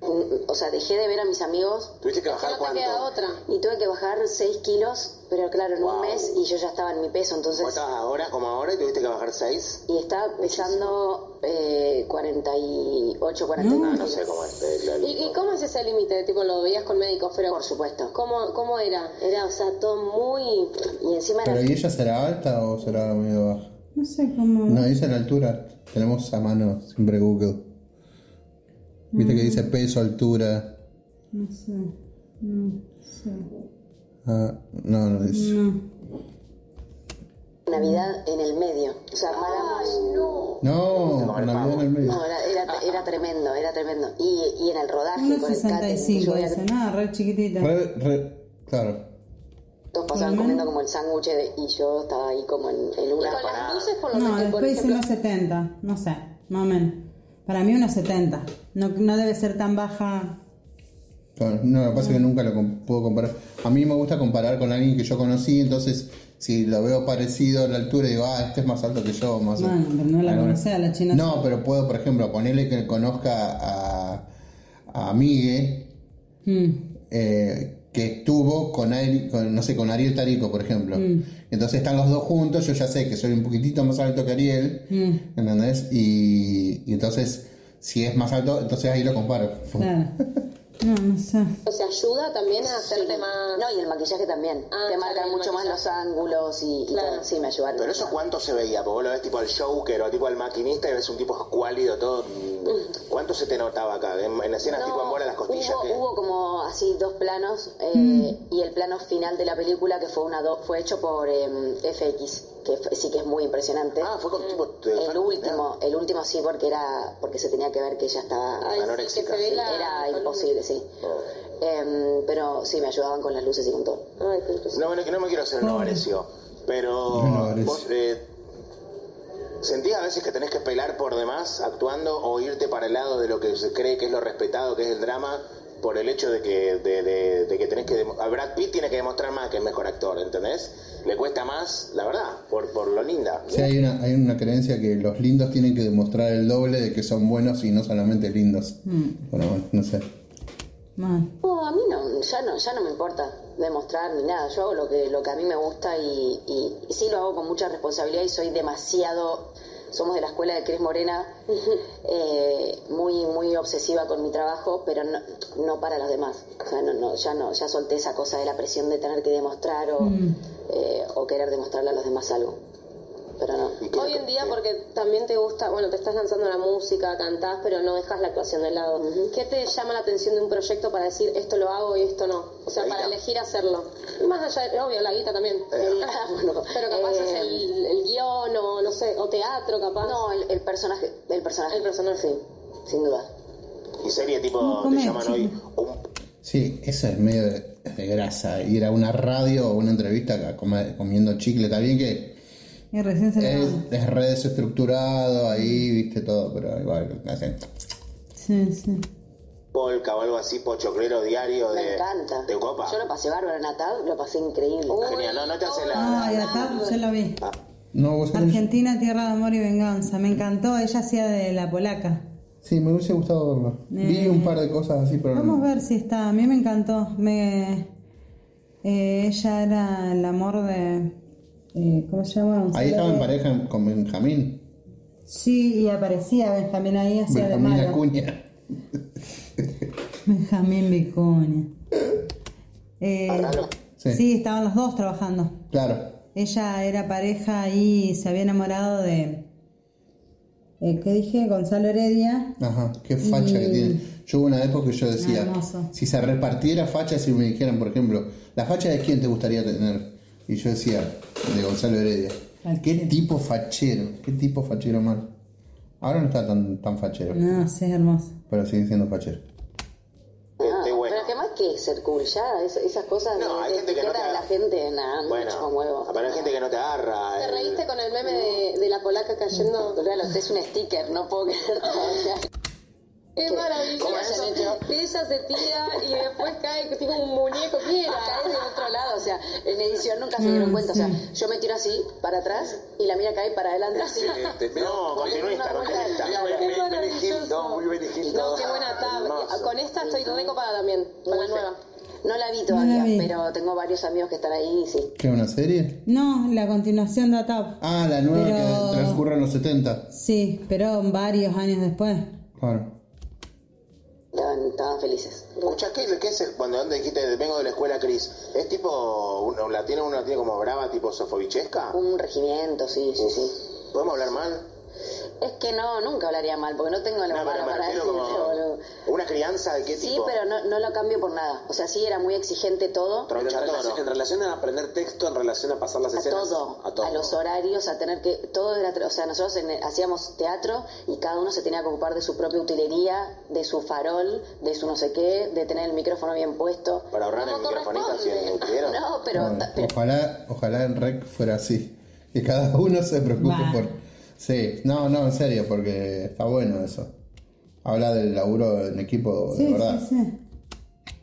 mm, o sea, dejé de ver a mis amigos
¿Tuviste que bajar
Solo te queda
cuánto?
otra.
Y tuve que bajar 6 kilos, pero claro, en un
Wow.
mes y yo ya estaba en mi peso, entonces...
Vos estabas ahora como ahora y tuviste que bajar seis.
Y estaba pesando eh, 48, 49.
No sé cómo es. eh, claro.
¿Y, y cómo es ese límite? Tipo, lo veías con médicos, pero...
Por supuesto.
¿Cómo, ¿Cómo era? Era, o sea, todo muy...
Y encima era...
Pero ¿y ella será alta o será medio baja?
No sé cómo.
No, dice la altura. Tenemos a mano siempre Google. Viste que
Mm.
dice peso, altura.
No sé. No sé.
Ah, no, no dice.
No.
Navidad en el medio. O sea, paramos...
No, con la vida en el medio.
No, era, era, era tremendo, era tremendo. Y, y en el rodaje, con el catering, yo
1,65
veía
dice,
que
nada, re chiquitita.
Re- re- claro.
todos pasaban comiendo como el sándwich de- y yo estaba ahí como en, en
Y
una...
con las luces, por lo
No,
menos, por
después dice
ejemplo...
unos 70, no sé, más o menos. Para mí unos 70. No, no debe ser tan baja.
Claro, No, lo que pasa
Mm.
es que nunca lo com- puedo comparar. A mí me gusta comparar con alguien que yo conocí, entonces si lo veo parecido a la altura, digo, ah, este es más alto que yo. Más
Bueno, pero no la
Alguna-
conocés a la china.
No, pero puedo, por ejemplo, ponerle que conozca a, a Migue,
Mm,
eh, que estuvo con, Ari- con, no sé, con Ariel Tarico, por ejemplo. Entonces están los dos juntos, yo ya sé que soy un poquitito más alto que Ariel, ¿entendés? Y, y entonces, si es más alto, entonces ahí lo comparo.
claro. No, no sé.
¿Te ayuda también a hacerte
Sí.
más...
No, y el maquillaje también.
Ah,
Te
claro,
marcan
el
mucho más los
maquillaje.
ángulos y, y
Claro.
todo. Sí, me ayudaron.
Pero eso cuánto se veía, porque vos lo ves tipo al Joker o tipo al maquinista y ves un tipo escuálido, todo. ¿Cuánto se te notaba acá? En, en escenas
No,
tipo en bola las costillas.
Hubo,
que-
hubo como así dos planos eh,
Mm.
y el plano final de la película que fue una do- fue hecho por em, FX, que f- sí que es muy impresionante.
Ah, fue con tipo. de-
el último, el último sí porque era porque se tenía que ver que ella estaba
Ah,
Ay, sí, que
Anoréxica,
se ve
sí.
la...
era imposible, sí. Em, pero sí me ayudaban con las luces y con todo.
Ay, qué impresión.
No, no, no me quiero hacer un novarecio, pero
Un novarecio.
vos eh, sentís a veces que tenés que pelar por demás actuando o irte para el lado de lo que se cree que es lo respetado, que es el drama, por el hecho de que, de, de- de que tenés que... demo- A Brad Pitt tiene que demostrar más que es mejor actor, ¿entendés? Le cuesta más, la verdad, por, por lo linda.
Sí, hay una, hay una creencia que los lindos tienen que demostrar el doble de que son buenos y no solamente lindos.
Hmm.
Bueno, bueno, no sé.
Mm, Mal.
No, a mí no, ya no, ya no me importa demostrar ni nada. Yo hago lo que, lo que a mí me gusta y, y- y sí lo hago con mucha responsabilidad y soy demasiado. Somos de la escuela de Cris Morena, eh, muy, muy obsesiva con mi trabajo, pero no, no para los demás. O sea, no, no, ya no, ya solté esa cosa de la presión de tener que demostrar o,
Mm.
eh, o querer demostrarle a los demás algo. Pero no.
Y que-
Hoy en día,
que-
porque también te gusta, bueno, te estás lanzando a la música, cantás, pero no dejas la actuación de lado. ¿Qué te llama la atención de un proyecto para decir esto lo hago y esto no? O sea,
La
para
guita.
elegir hacerlo. Más allá, de, obvio, la guita también.
Eh. Bueno,
pero capaz
eh.
es el, el guión o no sé, o teatro capaz.
No, el, el personaje, el personaje.
El personaje.
Sí, sin duda.
Y serie
No,
tipo, te
come,
llaman
sí.
hoy un
Sí, eso es medio de, de grasa. Ir a una radio o una entrevista acá come- comiendo chicle. Está bien que
Y recién se
es,
lo
es re desestructurado ahí, viste todo, pero igual, hacen-
Sí, sí.
polka o algo así, pochoclero diario de...
Me encanta.
¿Te copa?
Yo lo pasé bárbaro en Atad, lo pasé increíble.
Uh.
Genial, no, no te hace la...
Ah, y acá yo lo vi.
No, vos sabés-
Argentina, tierra de amor y venganza. Me encantó. Ella hacía de la polaca.
Sí, me hubiese gustado verlo. Vi un par de cosas así, pero
Eh. Vamos
no.
a ver si está. A mí me encantó. Me, eh, ella era el amor de. eh, ¿Cómo se llama? Gonzalo
Ahí estaba en
de-
pareja con Benjamín.
Sí, y aparecía Benjamín ahí hacía de
Benjamín
malo.
Acuña.
Benjamín Vicuña. Eh,
Sí.
sí. estaban los dos trabajando.
Claro.
Ella era pareja y se había enamorado de. eh, ¿Qué dije? Gonzalo Heredia.
Ajá, qué facha que
Y-
tiene. Yo hubo una época que yo decía,
hermoso.
si se repartiera facha, si me dijeran, por ejemplo, la facha de quién te gustaría tener. Y yo decía, de Gonzalo Heredia.
Fachero.
Qué tipo fachero, qué tipo fachero mal. Ahora no está tan, tan fachero,
No, sí, es hermoso.
pero sigue siendo fachero.
Ah,
Este, bueno.
Pero que más que ser cool ya, es- esas cosas
No,
de-
hay
de
gente que no
etiqueta
te
de la
agarra.
gente, nada,
Bueno,
mucho huevo.
pero hay gente que no te agarra.
Ah,
eh,
¿Te
el-
reíste con el meme de, de la polaca cayendo?
Claro, es un sticker, no puedo creer todavía.
Es
¿Qué?
maravilloso.
¿Cómo hayan hecho?
Ella se tira y después cae tipo un muñeco. ¿Qué era?
Ah, Cae de otro lado, o sea, en edición nunca se dieron
Mm,
cuenta, o sea,
sí.
yo me tiro así para atrás y la mira cae para adelante así.
Este,
No, continuista, continuista.
Claro.
Benny- Benny
maravilloso.
Hilton, muy Benny
No,
Hilton.
qué buena
Ah,
tab.
Hermoso.
Con esta estoy re copada también, con la nueva.
No la vi
No
todavía,
la vi.
pero tengo varios amigos que están ahí y sí.
¿Qué, una serie?
No, la continuación de Atap.
Ah, la nueva
Pero-
que transcurre en los 70.
Sí, pero varios años después.
Claro.
Estaban, estaban felices.
Escuchá, ¿qué, qué es el- cuando dónde dijiste vengo de la escuela Cris? ¿Es tipo, uno, la tiene uno, tiene como brava, tipo sofobichesca?
Un regimiento, sí, sí, sí.
¿Podemos hablar mal?
Es que no, nunca hablaría mal, porque no tengo la
No,
palabra
pero me
para
refiero
decirlo, boludo.
como una crianza de qué
Sí,
tipo.
pero no, no lo cambio por nada. O sea, sí era muy exigente todo.
Pero en,
Tronchatoro.
relación, en relación a aprender texto, en relación a pasar las
A
escenas.
todo, a los horarios, a tener que. Todo era. tra- O sea, nosotros en- hacíamos teatro y cada uno se tenía que ocupar de su propia utilería, de su farol, de su no sé qué, de tener el micrófono bien puesto.
Para ahorrar en
¿Cómo
microfonista si
corresponde?
en tuvieron.
No, pero.
Bueno,
pero-
ojalá, ojalá en Rec fuera así. Que cada uno se preocupe
Va.
por. Sí, no, no, en serio, porque está bueno eso. Habla del laburo en equipo, de
Sí,
verdad.
sí, sí.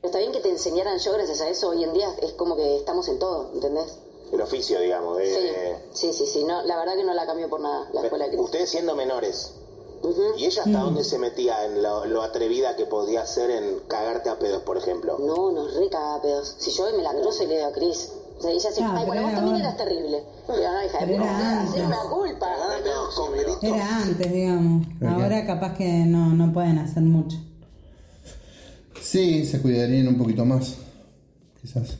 está bien que te enseñaran yo, gracias a eso, hoy en día es como que estamos en todo, ¿entendés?
El oficio, digamos. De,
Sí, sí, sí, sí. No, la verdad que no la cambio por nada, la escuela que.
Ustedes siendo menores.
Ujú.
¿Y ella hasta dónde se metía en lo, lo atrevida que podía ser en cagarte a pedos, por ejemplo?
No, nos re cagaba pedos. Si yo hoy me la cruzo y le digo a Cris. O sea, ella dice,
Ah,
ay, bueno,
pero
vos
era
también
ahora.
eras terrible. Pero no, hija de
Pero
puta,
era
hacer
antes.
una culpa.
Cagada a pedos con gritos.
Era antes, digamos.
Ajá.
Ahora capaz que no, no pueden hacer mucho.
Sí, se cuidarían un poquito más. Quizás.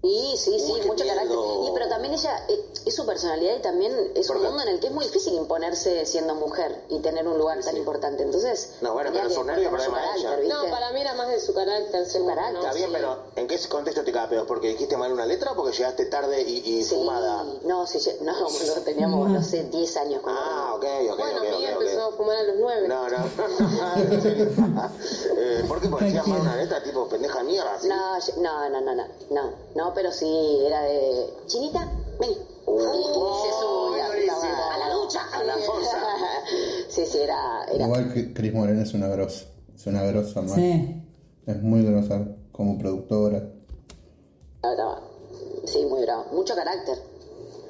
Y sí, sí,
Uy, qué
mucho carácter.
miedo.
Y pero también ella, eh, es su personalidad y también es un
Porque-
mundo en el que es muy difícil imponerse siendo mujer y tener un lugar tan importante. Entonces,
No, bueno,
tenía
pero
que
fue un nervio
despertar su
problema de
carácter,
ella.
No,
¿viste?
para mí era más de su carácter.
Su carácter,
¿no?
Está bien,
Sí.
pero ¿en qué contexto te capeas? ¿Porque dijiste mal una letra o porque llegaste tarde y, y
Sí.
fumada?
No, sí, sí, no, boludo, teníamos, no sé, 10 años cuando.
Ah, ok, ok,
Bueno,
ok,
Miguel
ok, ok.
empezó a fumar a los nueve.
No, no. En serio. eh, ¿Por qué? Porque decías mal una letra tipo pendeja mierda, así.
No, yo- no, no, no, no, no, no, pero sí, era de. Chinita, vení.
Oh,
Y se subía,
buenísimo.
estaba- a la ducha,
A la fosa.
sí, sí, era, era
Igual que Cris Morena es una grosa. Es una grosa más.
Sí.
Es muy grosa como productora.
brava. Sí, muy brava. Mucho carácter.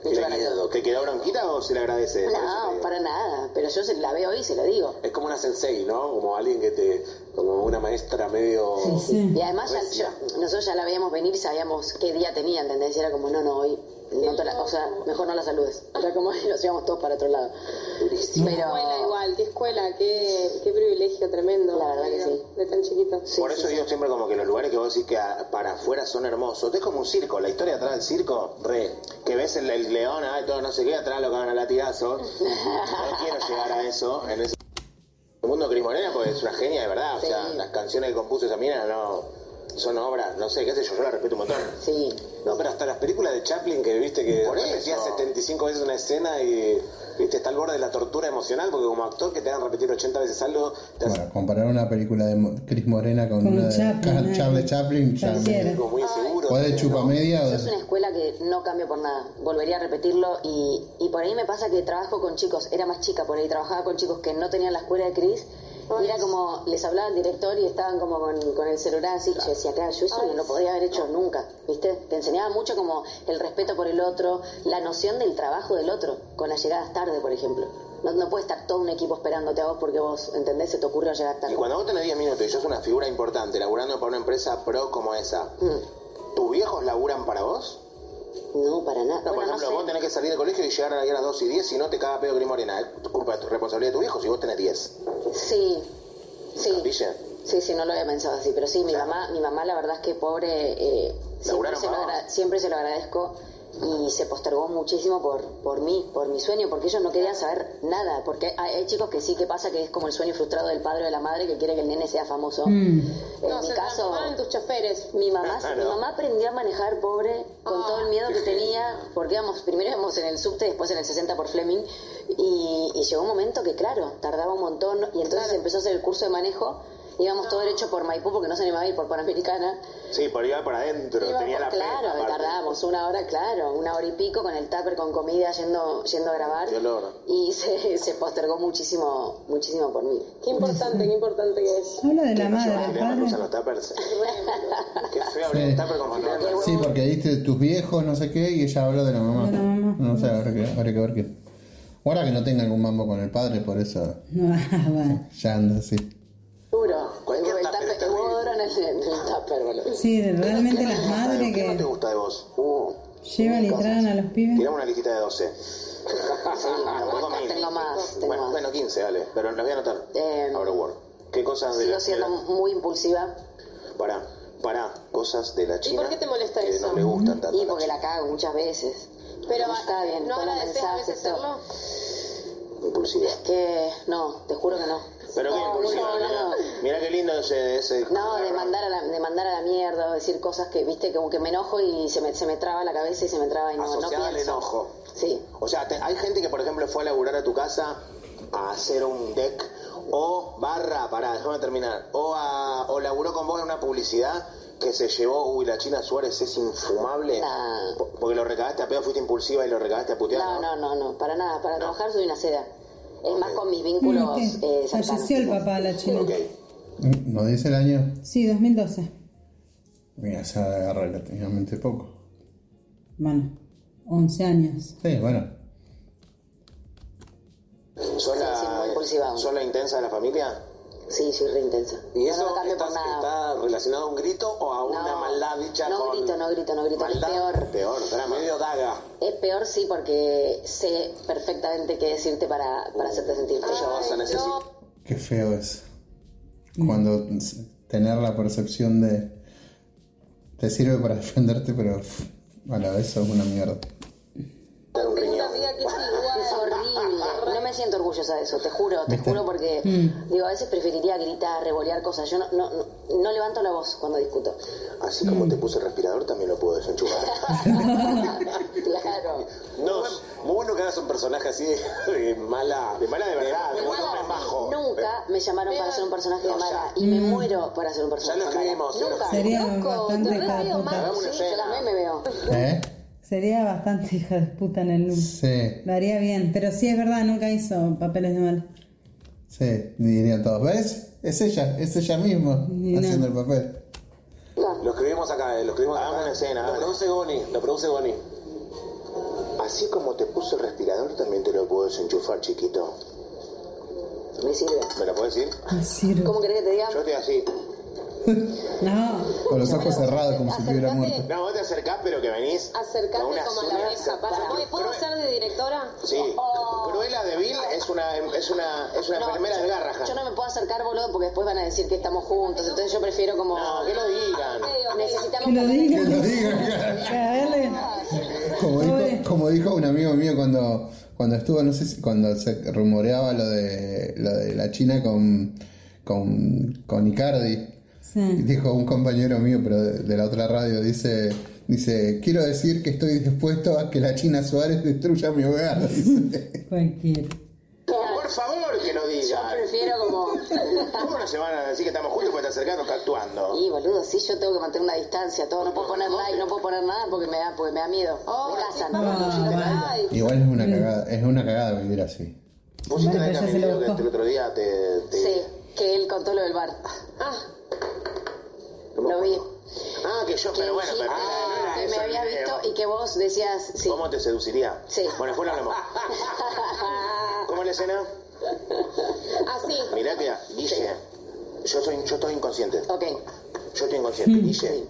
¿Te,
Mucho carácter.
quedó, ¿Te quedó bronquita o se le agradece? Por eso te
No,
digo.
para nada. Pero yo se- la veo y se lo digo.
Es como una sensei, ¿no? Como alguien que te. como una maestra medio.
Sí, sí.
Y además, ya- yo- nosotros ya la veíamos venir y sabíamos qué día tenía, ¿entendés? Y era como, no, no, hoy. No te la, o sea, mejor no la saludes. Era como, y nos íbamos todos para otro lado.
Qué escuela
Pero.
igual, qué escuela, qué, qué privilegio tremendo.
La verdad que sí.
De tan chiquito.
Por eso digo siempre como que los lugares que vos decís que a- para afuera son hermosos. Es como un circo, la historia atrás del circo, re. Que ves el, el león, ah, todo no sé qué, atrás lo cagan a latigazo. No quiero llegar a eso. En ese el mundo Cris Morena, porque es una genia de verdad. O sea,
Sí.
las canciones que compuso esa mina no son obras, no sé, qué sé yo, yo la respeto un montón.
Sí.
No, pero hasta las películas de Chaplin que viste que
Por eso.
repetía 75 veces una escena y viste está al borde de la tortura emocional porque como actor que te hagan repetir 80 veces algo te hace
Bueno, comparar una película de Mo- Cris Morena con,
Con
una
Chaplin,
de Ca-
ay.
Charlie Chaplin, ya me-
Cualquiera.
algo muy inseguro.
o de chupa media o
Eso es una escuela que no cambio por nada. Volvería a repetirlo y, y por ahí me pasa que trabajo con chicos. Era más chica por ahí, trabajaba con chicos que no tenían la escuela de Cris. Y era como, les hablaba el director y estaban como con, con el celular así. Yo decía, claro, yo eso no lo podría haber hecho nunca, ¿viste? Te enseñaba mucho como el respeto por el otro, la noción del trabajo del otro, con las llegadas tarde, por ejemplo. No, no puede estar todo un equipo esperándote a vos porque vos, ¿entendés? Se te ocurrió llegar
Y
tarde.
cuando vos tenés 10 minutos y sos una figura importante laburando para una empresa pro como esa, ¿tus viejos laburan para vos?
No, para nada.
No, por
Bueno, no
ejemplo,
sé.
vos tenés que salir del colegio y llegar ahí a las 2 y 10, si no te caga pedo Cris Morena. Es culpa de tu responsabilidad de tu viejo si vos tenés 10.
Sí, sí.
¿Capilla?
Sí, sí, no lo había pensado así, pero sí, mi mamá, mi mamá la verdad es que pobre, eh, siempre,
Laburaron
se lo
para
agra- siempre se lo agradezco y se postergó muchísimo por, por mí, por mi sueño, porque ellos no querían saber nada, porque hay, hay chicos que sí que pasa que es como el sueño frustrado del padre o de la madre que quiere que el nene sea famoso.
Mm.
En
No,
mi
se
caso,
transformaron en tus choferes.
mi mamá,
Claro.
mi mamá aprendió a manejar pobre con
Ah.
todo el miedo que tenía, porque íbamos, primero íbamos en el subte, después en el 60 por Fleming, y, y llegó un momento que, claro, tardaba un montón, y entonces empezó a hacer el curso de manejo, íbamos todo derecho por Maipú porque no se animaba a ir por Panamericana,
Sí, por iba para adentro,
Iba
tenía
por-
la
claro,
pena, aparte.
tardábamos una hora, claro, una hora y pico con el tupper con comida yendo, yendo a grabar,
Qué olor.
y se, se postergó muchísimo, muchísimo por mí.
Qué importante, qué importante que es.
Habla de la
No se
madre,
va a
el
tirar la luz a los
padre.
tuppers. Qué feo abrir un tupper con filete.
Sí, porque diste tus viejos, no sé qué, y ella habló de la mamá.
De la mamá.
No sé, habrá que, habrá que ver qué. Ahora que no tenga algún mambo con el padre, por eso
No, ah, bueno.
ya anda así.
Duro,
Cualquier
el
tupper
tupper,
está
el
horrible.
huevo duro en el, en el tupper, boludo.
Sí, realmente las madres
¿Qué no te
que
gusta de vos? Uh,
llevan y traen a los pibes.
tirame una listita de 12.
Sí,
Tampoco mil.
tengo más, tengo
Bueno,
más.
bueno, 15, dale. Pero las voy a anotar.
Eh,
Ahora Word. ¿Qué cosas de
Sigo
la-
siendo
de la-
muy impulsiva
Pará, pará, cosas de la China.
por qué te molesta
que
eso?
no me gustan tanto.
y
a la
porque
China.
la cago muchas veces.
Pero
No está bien,
¿no
con los
agradeces a veces
mensajes, todo.
serlo?
Impulsiva.
Que no, te juro que no.
Pero qué
No,
impulsiva,
no,
mirá.
no.
Mirá qué lindo ese. ese
No, de mandar, a la, de mandar a la mierda, o decir cosas que, viste, como que me enojo y se me, se me traba la cabeza y se me traba y no, no
Asociada al
pienso.
enojo.
Sí.
O sea, te- hay gente que, por ejemplo, fue a laburar a tu casa a hacer un deck o barra, pará, déjame terminar, o, a, o laburó con vos en una publicidad que se llevó, uy, la China Suárez es infumable,
Nah.
po- porque lo recagaste a pedo, fuiste impulsiva y lo recagaste a putear.
No, no, no, no, para nada. Para trabajar soy una seda. Es más con mis
Bueno,
vínculos
Mm, ¿qué?
eh, cercanos.
Falleció el papá de la china.
Ok.
Mm, ¿No dice el año?
Sí, 2012.
Mira, se agarra relativamente poco.
Bueno, 11 años.
Sí, bueno.
¿Sos,
Sí, sí, muy impulsiva.
la, ¿Sos la intensa de la familia?
Sí, soy re intensa.
¿Y
Yo
eso
no lo cambio
estás-
por nada.
está relacionado a un grito o a una maldad dicha
no
con
grito, no grito, no grito, es
maldad?
peor.
Peor, drama.
Medio daga.
Es peor sí porque sé perfectamente qué decirte para, para hacerte sentir
Ya
peor.
vas a necesitar.
Mm.
Qué feo es. Cuando tener la percepción de. Te sirve para defenderte, pero pff, a la vez sos una mierda.
Tengo una amiga que es igual.
Es horrible. No me siento orgullosa de eso, te juro, te
¿Viste?
juro porque digo, a veces preferiría gritar, revolear cosas. Yo no, no, no, no levanto la voz cuando discuto.
Así como te puse el respirador, también lo puedo desenchufar.
Claro.
Dos. Muy bueno que hagas un personaje así de, de mala.
De mala de verdad, de buen
Mala,
hombre bajo.
Nunca me llamaron para hacer un personaje de
No, ya.
mala y me muero por hacer un personaje
Ya lo
mala.
escribimos, ya lo
Nunca.
Sería
Loco, te
bastante
re
hija de
veo
puta.
mal.
Hagamos una
Sí, yo
escena.
las memes veo.
¿Eh?
Sería bastante hija de puta en el look.
Sí,
Lo haría bien, pero sí es verdad, nunca hizo papeles de mal.
sí, dirían todos. ¿Ves? Es ella, es ella misma
Ni nada.
haciendo el papel.
Lo escribimos acá, eh, lo escribimos
Hagamos
acá.
una escena,
Lo
dale.
produce Goni, lo produce Goni.
Así como te puse el respirador, también te lo puedo desenchufar, chiquito.
Me sirve.
¿Me la puedes decir?
No sirve.
¿Cómo querés que te diga?
Yo estoy así.
No,
Con los ojos cerrados como si estuviera muerto.
No, vos te acercás, pero que venís.
Acercate
con unas
como a la
uñas
oreja. Para,
cru-
¿Puedo- Oh. ¿Puedo
cruel-
ser de directora?
Sí.
Oh.
Cruela de Vil es una, es una, es una
No,
enfermera
yo-
de Garrahan.
Yo no me puedo acercar, boludo, porque después van a decir que estamos juntos. Entonces yo prefiero como...
No, que lo digan.
Necesitamos...
que
Que lo
lo digan.
diga.
A verle.
Como
Pobre.
dijo, como dijo un amigo mío cuando, cuando estuvo, no sé si cuando se rumoreaba lo de, lo de la China con, con, con Icardi. Y
Sí.
Dijo un compañero mío, pero de, de la otra radio, dice, dice, quiero decir que estoy dispuesto a que la China Suárez destruya mi hogar. dice.
Cualquiera.
Por favor, que lo
Yo
digan.
prefiero como...
¿Cómo no se van a decir que estamos juntos porque te acercás acá actuando?
Y boludo, sí, yo tengo que mantener una distancia, todo, no puedo poner like, no puedo poner nada porque me da, porque me da miedo.
Oh,
me casan.
Ah,
Ay,
Igual es una cagada, es una cagada vivir así.
Vos sí
Bueno,
tenés
pero ya
también
se lo
video que
buscó.
el otro día te... te-
Sí, que él contó lo del bar. Ah, lo vi.
Ah, que yo,
Que
pero bueno,
dijiste
pero no era
que
eso el
me habías
video.
visto y que vos decías sí.
¿Cómo te seduciría?
Sí.
Bueno, después lo hablamos. ¿Cómo es la escena?
Así.
Mirá que dice, yo soy, yo estoy inconsciente.
Ok.
Yo estoy inconsciente. Dice,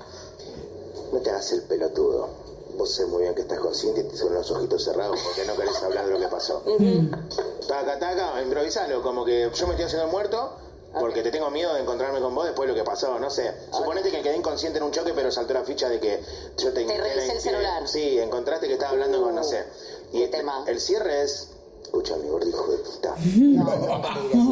no te hagas el pelotudo. Vos sé muy bien que estás consciente y te con los ojitos cerrados porque no querés hablar de lo que pasó. Taca, taca, improvisalo, como que yo me estoy haciendo el muerto porque te tengo miedo de encontrarme con vos después de lo que pasó, no sé. Suponete que quedé inconsciente en un choque, pero saltó la ficha de que yo te...
Te revisé el
te-
celular. Uh,
Sí, encontraste que estaba hablando con, no sé. Y
qué
este-
tema.
el cierre es... Escucha, mi gordo hijo de puta.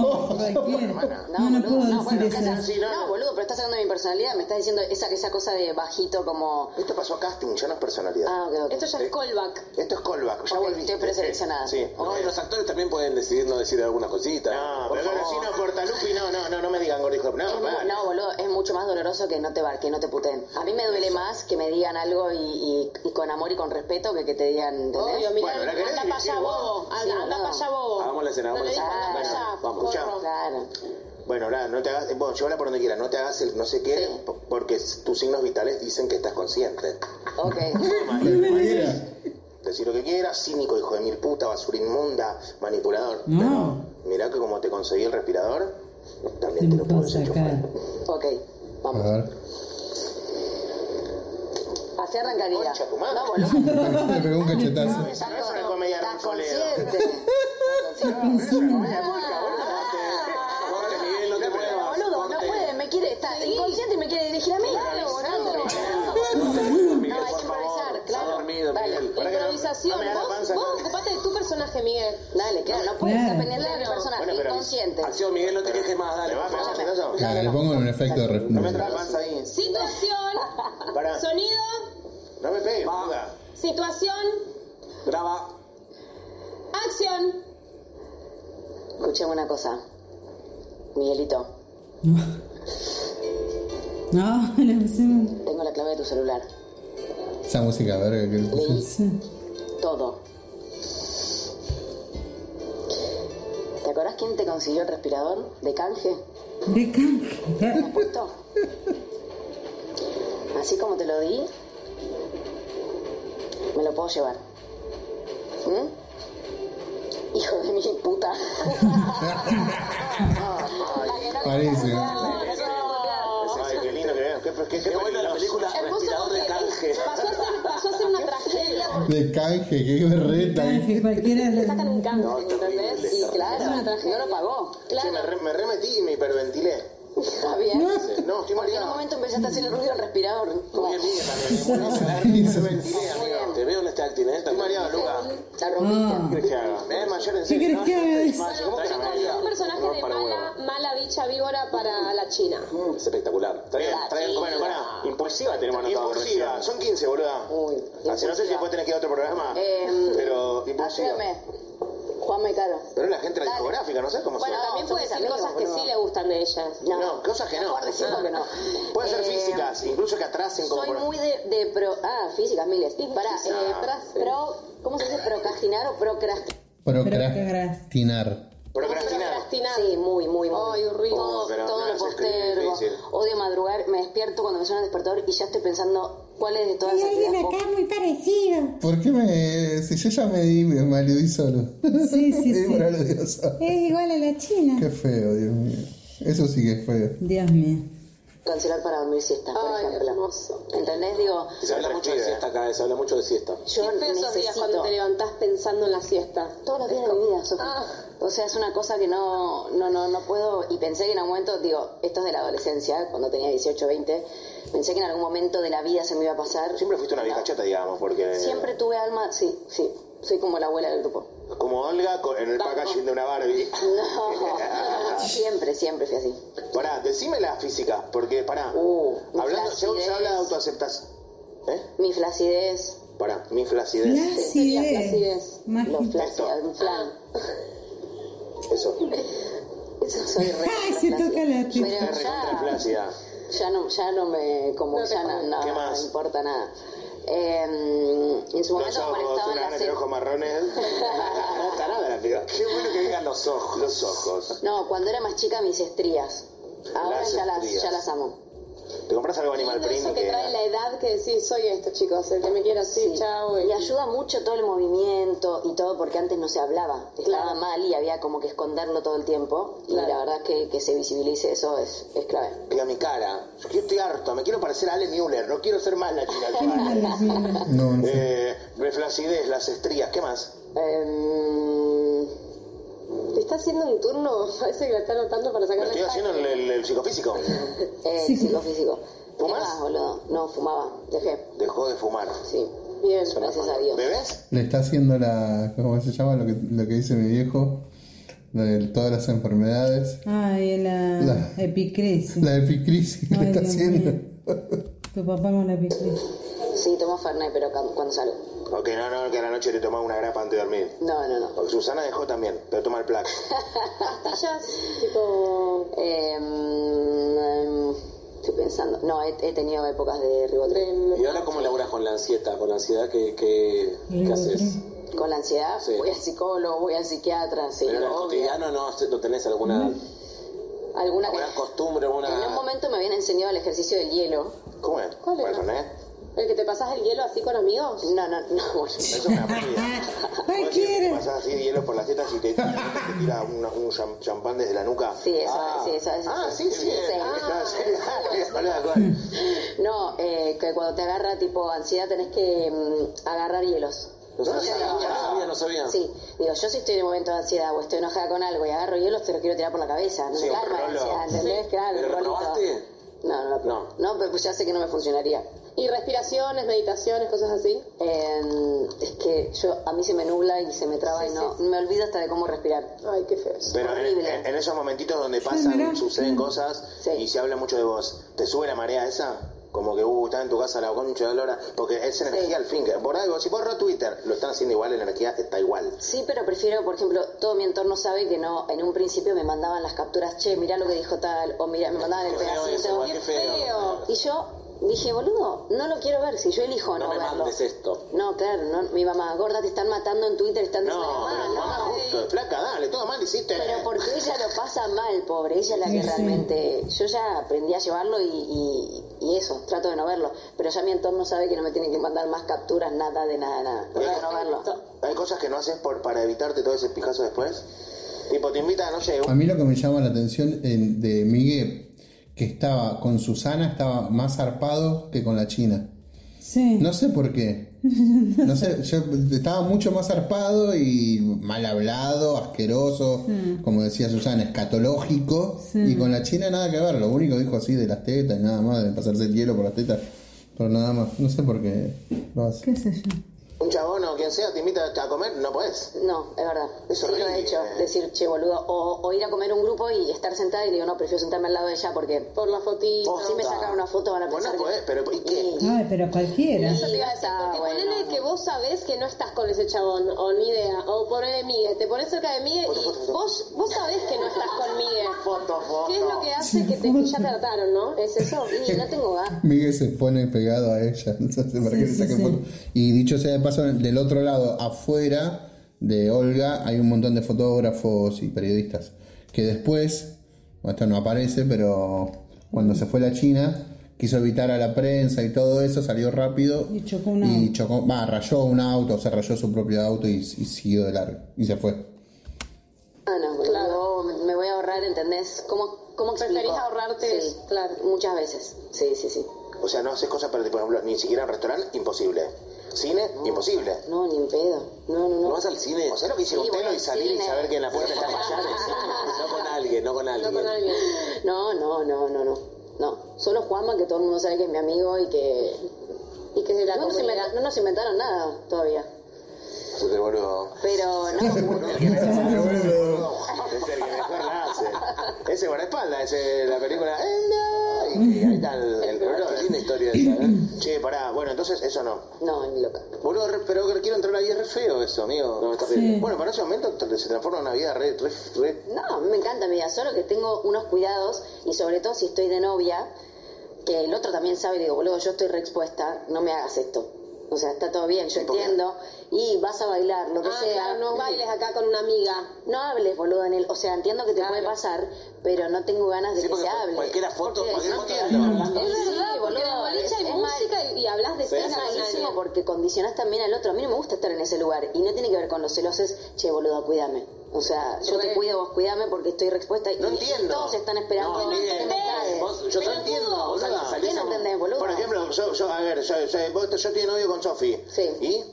Cualquiera. No, no puedo decir
bueno,
eso.
estás- no, boludo, pero estás hablando de mi personalidad, me estás diciendo esa, esa cosa de bajito como...
Esto pasó a casting, ya no es personalidad.
Ah, ok, ok.
Esto
Eh,
ya es callback.
Esto es callback, ya
Ok,
volviste.
estoy preseleccionada.
Sí.
No, y los actores también pueden decidir no decir algunas cositas.
No,
Por
pero
favor.
Garcino Portalupi, no, no, no, no me digan gordijo. No,
Es mu-
para.
no, boludo, es mucho más doloroso que no te bar- que no te puten. A mí me duele más que me digan algo y, y- y con amor y con respeto que que te digan, ¿entendés?
Obvio, mira,
Bueno, la querés
anda para allá
dirigir vos.
bobo.
Sí,
Anda, anda
no.
para allá bobo.
Hagamos la escena,
No le
hagamos
digas,
la
escena.
anda para allá.
Vamos,
forro.
escuchá.
Claro.
Bueno, nada, no te hagas, vos llévala por donde quieras, no te hagas el no sé qué,
Sí.
po- porque s- tus signos vitales dicen que estás consciente.
Ok.
Decir lo que quieras, cínico, hijo de mil puta, basura inmunda, manipulador.
No.
Pero mirá que como te conseguí el respirador,
Te
también te
lo
lo puedo
puedo sacar.
desenchufar.
Ok.
A
Vamos.
ver.
Así arrancaría.
Concha tu madre.
No, boludo.
Le pegó un cachetazo.
Esa no es una comedia de
Estás
Arboleda.
consciente.
Es una comedia turca, boludo.
Corte, Miguel, no te muevas.
Boludo, no
corte.
puede, me quiere, está inconsciente y me quiere dirigir a mí. Claro, boludo.
Miguel,
No, hay
por
que
favor.
improvisar,
Está
claro.
dormido,
Dale.
Miguel.
Pará que no- no
Improvisación.
me da la
vos,
panza,
vos
no.
ocupate de tu personaje, Miguel.
Dale, claro, no puedes
Claro.
estar pendiente de mi persona,
Bueno, pero-
inconsciente.
Acción, Miguel, no te quejes más, Ah, dale.
¿Le vas a
por
pegar un
favor.
cachetazo?
Claro, le pongo un efecto de
No me entra la
refugio.
panza ahí.
Situación.
Pará.
Sonido.
No me pegues,
Va.
boluda.
Situación.
Graba.
Acción.
Escuchame una cosa. Miguelito,
No, le pusimos.
tengo la clave de tu celular.
Esa música, verga, que le puse.
Leí
Sí.
todo. ¿Te acordás quién te consiguió el respirador de canje?
De canje.
Justo. Así como te lo di, me lo puedo llevar. ¿Mm? Hijo de mi puta.
Malísimo.
Ay, qué lindo que vean. Qué, qué, qué,
Qué buena la película Respirador de Canje.
Pasó a ser, pasó a ser una tragedia. porque
De canje, que berreta.
Canje, cualquiera.
le Sacan un canje,
No, está horrible,
¿entendés?
está
Y
Claro, no lo pagó.
Che, me, re, me remetí y me hiperventilé.
Está bien.
No.
No, estoy
Porque en un
mareado.
momento empezaste a hacerle ruido al respirador. Como-
Muy bien, también.
Eso
Sí, amigo.
Te veo en este acting, ¿eh?
Estoy mareado, Luca.
La rompiste.
¿Qué querés que haga? Me voy a desmayar en
¿Qué querés
serio.
que haga?
Bueno, yo construí un personaje de mala, mala bicha víbora para la China.
Es espectacular.
Mm, Está bien, está bien, bueno, pará.
Impulsiva tenemos anotado.
Impulsiva, son 15, boluda.
Uy,
Así no sé si después tenés que ir a otro programa.
Eh,
Pero impulsiva.
Ayúdame. Juanme Caro.
Pero la gente de la
Dale.
discográfica, no sé cómo se
Bueno,
No,
también
somos
puede decir
amigos,
cosas que
boludo.
sí le gustan de ellas.
No, cosas que no.
Mejor decirlo que no.
Pueden ser
Eh,
físicas, incluso que atrasen como
Soy
por-
muy de, de pro... Ah, físicas, miles. Para, eh, pras- pro... ¿Cómo se dice? ¿Procrastinar o procrastinar?
Procrastinar.
procrastinar.
Sí, muy, muy, muy.
Ay, horrible.
Todo,
Oh, Pero
todo
no,
lo
es escribir
postergo.
difícil.
Odio madrugar. Me despierto cuando me suena el despertador y ya estoy pensando cuál es de todas
Hay
las
alguien
actividades.
acá muy parecido.
¿Por qué me.? Si yo ya me di, me maludí solo.
Sí, sí,
Me di
sí.
por aludido solo.
Es igual a la china.
Qué feo, Dios mío. Eso sí que es feo.
Dios mío.
Cancelar para dormir siesta, por
Ay,
ejemplo.
hermoso.
¿Entendés? Digo,
Se habla mucho de siesta acá, eh, se habla mucho de siesta.
yo
Qué feo esos días
necesito...
cuando te levantás pensando en la siesta.
Todos los días
Es
de mi
como-
vida, Sofi.
Ah.
O sea, es una cosa que no, no, no, no puedo. Y pensé que en algún momento, digo, esto es de la adolescencia, cuando tenía 18, 20. Pensé que en algún momento de la vida se me iba a pasar.
Siempre fuiste una vieja chata, digamos, porque.
Siempre tuve alma, sí, sí. Soy como la abuela del grupo.
Como Olga co- en el
Banco.
packaging de una Barbie.
No, siempre, siempre fui así.
Pará, decime la física, porque pará.
Uh, mi
Hablando, se, se
flacidez.
habla de autoaceptación. ¿Eh?
Mi flacidez,
Pará, mi flacidez.
Flacidez.
flacidez.
Más
lo
que-
flacidez, un flan.
Ah.
Eso.
Eso soy re
Ay,
re
se
flácida.
toca la teta.
Pero
Es recontra
ya,
flácida.
ya no, ya no me, como
No te
ya no,
jodas.
no,
¿Qué
no
más?
me importa nada. Eh, en su
Los
momento cuando
ojos,
estaba en
una
la
gana
sec-
de ojos marrones. No está nada la figura. Qué bueno que digan los ojos. Los ojos.
No, cuando era más chica mis estrías. Ahora
Las
ya,
estrías.
Las, ya las amo.
Te compras algo animal
Lindo
print
eso
y
que
que.
trae la edad que decís, soy esto, chicos. El que me quiera así,
Sí.
chao.
Y ayuda mucho todo el movimiento y todo, porque antes no se hablaba. Estaba
Claro.
mal y había como que esconderlo todo el tiempo.
Claro.
Y la verdad que, que se visibilice eso es, es clave.
Mira mi cara. Yo estoy harto. Me quiero parecer a Ale Müller. No quiero ser más la chica que vale.
No, no.
Eh, mi flacidez, las estrías. ¿Qué más?
Em,
Te está haciendo un turno, parece que la está anotando para
Me
sacar
estoy
la
haciendo el, el- el psicofísico.
eh,
Sí.
Psicofísico. ¿Qué
¿Fumás?
más, boludo? No, fumaba. Dejé.
Dejó de fumar.
Sí.
Bien.
Gracias a Dios.
¿Bebés?
Le está haciendo la. ¿Cómo se llama? Lo que, lo que dice mi viejo. Lo de todas las enfermedades.
Ay, la,
La-
epicrisis.
La epicrisis que le
Ay,
está
Dios
haciendo.
mío. Tu papá con la epicrisis.
Sí, tomo Fernet, pero cu- cuando salgo.
Ok, no, no, que a la noche te tomaba una grapa antes de dormir.
No, no, no.
Porque Susana dejó también, pero toma el plac.
pastillas, tipo.
Em, em, estoy pensando. No, he, he tenido épocas de ribotril.
de-
¿Y ahora cómo laburas con la ansiedad? ¿Con la ansiedad qué, qué, qué
Ribotril.
haces?
Con la ansiedad
Sí.
voy al psicólogo, voy al psiquiatra, sí,
Pero en el
obvio.
cotidiano no, no tenés alguna,
Alguna que
alguna costumbre,
en un
alguna...
momento me habían enseñado el ejercicio del hielo.
¿Cómo es?
¿Cuál era?
Perdón, ¿eh?
¿El que te pasas el hielo así con amigos?
No, no, no, bueno.
Eso es una partida.
Ay, quiere.
Pasás así de hielo por las tetas y te, te tira una- un cham- champán desde la nuca.
Sí, eso,
Ah.
sí, eso, eso.
Ah, sí, sí. Ah, sí, dale, boluda, ¿cuál?
No, eh, que cuando te agarra tipo ansiedad tenés que mm, agarrar hielos.
No sabía, no sabía, no sabía.
Sí, digo, yo si estoy en un momento de ansiedad o estoy enojada con algo y agarro hielos, te lo quiero tirar por la cabeza. No
Sí,
me
un
calma la
rolo.
ansiedad, ¿entendés? Claro,
¿Pero
un
lo
rolito.
probaste?
No, no, no.
No.
No, pero pues ya sé que no me funcionaría.
Y respiraciones, meditaciones, cosas así.
Eh, es que yo a mí se me nubla y se me traba
Sí,
y no
sí,
me olvido hasta de cómo respirar.
Ay, qué feo eso.
Pero en,
Horrible.
en- en esos momentitos donde
mirá.
pasan, suceden cosas
Sí.
y se habla mucho de vos, ¿te sube la marea esa? Como que, uh, estás en tu casa la concha de la lora, porque es energía al fin. que Por algo, si borro Twitter, lo están haciendo igual, la energía está igual.
Sí, pero prefiero, por ejemplo, todo mi entorno sabe que no, en un principio me mandaban las capturas, che, mirá lo que dijo tal, o mirá, me mandaban el
Qué feo eso,
pedacito.
igual, qué
feo.
Y yo dije, boludo, no lo quiero ver, si yo elijo no,
No me
verlo.
mandes esto.
No, claro, no, mi mamá, gorda, te están matando en Twitter, están
No,
diciendo,
pero
"Ah, no,
mamá, justo, flaca, dale, todo mal hiciste.
Pero porque ella lo pasa mal, pobre, ella es la que realmente... Yo ya aprendí a llevarlo y, y- y eso, trato de no verlo. Pero ya mi entorno sabe que no me tienen que mandar más capturas, nada de nada, nada. Trato de no verlo.
¿Hay cosas que no haces por, para evitarte todo ese pijazo después? Tipo, te invitan, no sé,
A mí lo que me llama la atención en- de Miguel, que estaba con Susana, estaba más zarpado que con la China.
Sí.
No sé por qué. No sé, yo estaba mucho más zarpado y mal hablado, asqueroso, como decía Susana, escatológico. Y con la China nada que ver, lo único que dijo así de las tetas y nada más, de pasarse el hielo por las tetas. Pero nada más, no sé por qué lo hace.
¿Qué sé yo?
Un chabón o quien sea te invita a comer, no podés.
No, es verdad.
Eso
sí lo
horrible,
he hecho.
eh.
Decir, che, boludo. O, o ir a comer a un grupo y estar sentada y le digo, no, prefiero sentarme al lado de ella porque
Por la fotito.
si me sacan una foto van a
Vos
pensar
no
que-
pues.
podés, pero ¿y qué?
Y-
Ay, pero cualquiera.
Eso te iba a decir,
Está
porque
Ah, bueno.
ponele que vos sabés que no estás con ese chabón, o ni idea, o ponele Miguel, te pones cerca de Miguel y vos, vos sabés que no estás con Miguel. ¿Qué es lo que hace que te que ya te hartaron, no? ¿Es eso?
y no tengo ganas.
Miguel se pone pegado a ella, no sé para
Sí,
qué le
sí,
saquen
sí.
foto. Y dicho sea de paso, del otro lado, afuera de Olga, hay un montón de fotógrafos y periodistas que después, bueno, esto no aparece, pero cuando se fue la China, quiso evitar a la prensa y todo eso, salió rápido
Y chocó un
y
auto.
chocó- va, rayó un auto, o se rayó su propio auto y, y siguió de largo y se fue.
Ah, no, yo me voy a ahorrar, ¿entendés? ¿Cómo, cómo explico?
Preferís ahorrarte,
Sí,
claro.
Muchas veces. Sí, sí, sí.
O sea, no haces cosas para, por ejemplo, ni siquiera un restaurante, imposible. Cine, imposible.
No, ni en pedo. No, no,
No
no.
vas al cine.
O sea, lo que hicieron
Sí,
Telo
voy
y
al
salir y
cine.
saber que en la puerta está Payares.
No con alguien, no con alguien.
No con alguien.
No, no, no, no, no. No. Solo Juanma, que todo el mundo sabe que es mi amigo y que.
Y que de la
no, nos
comunidad.
inventa- no nos inventaron nada todavía.
Eso te boludo.
Pero no.
Es el que mejor la hace. Ese guardaespaldas, ese la película. "Eh, no", Y ahí está el, el boludo.
Tiene historia de esa, ¿eh?
Che, pará, bueno, entonces eso no.
no, ni loca.
Boludo, re- pero quiero entrar ahí, es re feo eso, amigo.
No, está
Sí.
bien.
Bueno, para ese momento t- se transforma en una vida re, re, re-
No, me encanta mi vida, solo que tengo unos cuidados y sobre todo si estoy de novia, que el otro también sabe, le digo, boludo, yo estoy re expuesta, no me hagas esto. O sea, está todo bien, yo
por qué?
entiendo. Y vas a bailar, lo que
Ah,
sea.
claro, no bailes acá con una amiga.
No hables, boludo, en el. O sea, entiendo que te puede pasar, pero no tengo ganas de
Sí,
que
porque
se hable.
cualquiera foto,
Porque
cualquier
no
foto.
quiero-
hablando.
Es
Sí,
verdad, porque en el
boludo,
boliche hay
es- es
música y, y hablas de
Sí,
escenas
Es
con
malísimo
alguien.
porque condicionás también al otro. A mí no me gusta estar en ese lugar y no tiene que ver con los celosos. Che, boludo, cuídame. O sea, yo te
Re.
cuido, vos cuídame porque estoy re expuesta y
No entiendo.
todos están esperando.
No,
que
miren,
te caes.
Vos, yo te
Pelotudo.
entiendo, boluda.
¿Qué
Salís
no
a-
entendés, boludo?
Por ejemplo, yo, yo a ver, yo, yo, vos- yo estoy de novio con Sofi.
Sí.
¿Y?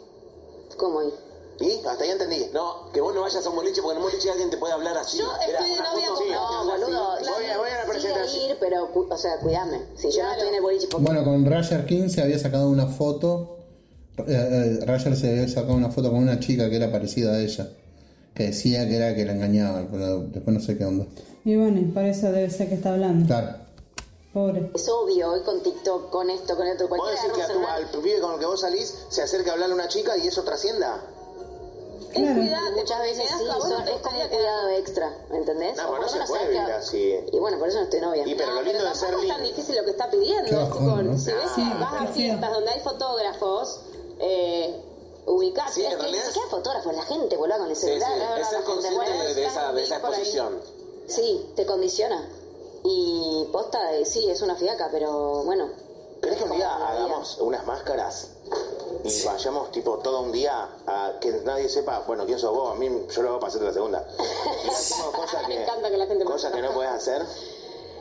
¿Cómo ir?
¿Y? Hasta ahí entendí.
No, que vos no vayas a un boliche porque en un boliche alguien te puede hablar así.
Yo
Era
estoy de
una
novia
foto
con-
así,
No,
así.
boludo.
Voy a- voy a la
sí,
presentación.
sí, ir, pero, cu- o sea, cuídame. Si yo no
Claro.
estoy en el boliche, porque
Bueno, con Roger King se había sacado una foto. eh, eh, Roger se había sacado una foto con una chica que era parecida a ella. Que decía que era que la engañaban, pero después no sé qué onda.
Y bueno, y por eso debe ser que está hablando.
Claro.
Pobre.
es obvio, hoy con TikTok, con esto, con el otro,
¿Vos
cualquier
decís que a tu, al pibe con el que vos salís se acerca a hablarle a una chica y eso trascienda?
Ten
Claro.
cuidado,
Muchas veces sí, son, es como un cuidado extra, ¿entendés?
No,
O
pero
por
no
lo
se
menos
puede
sabes que-
vivir así.
Y bueno, por eso no estoy novia.
Y pero lo lindo de ser
tampoco es tan
lindo.
difícil lo que está pidiendo.
Qué
es
bajón,
con-
¿no?
Si ves
Sí,
que vas
qué
a
feo.
fiestas donde hay fotógrafos, eh, ubicate.
Sí, en
Es que
realidad
Ni siquiera fotógrafos, la gente volaba con el
Sí,
celular.
sí,
la
es
verdad, la
ser
gente,
consciente
bueno,
de, de esa, de esa
por ahí.
exposición.
Sí, te condiciona. Y posta, eh, sí, es una fiaca, pero bueno.
¿Crees que un día
Como la
hagamos unas máscaras y vayamos tipo todo un día a que nadie sepa, bueno, quién sos vos? A mí yo lo hago para hacerte la segunda. Y hacemos cosas
Me
que,
encanta que la gente me
cosas que no
conozca.
puedes hacer.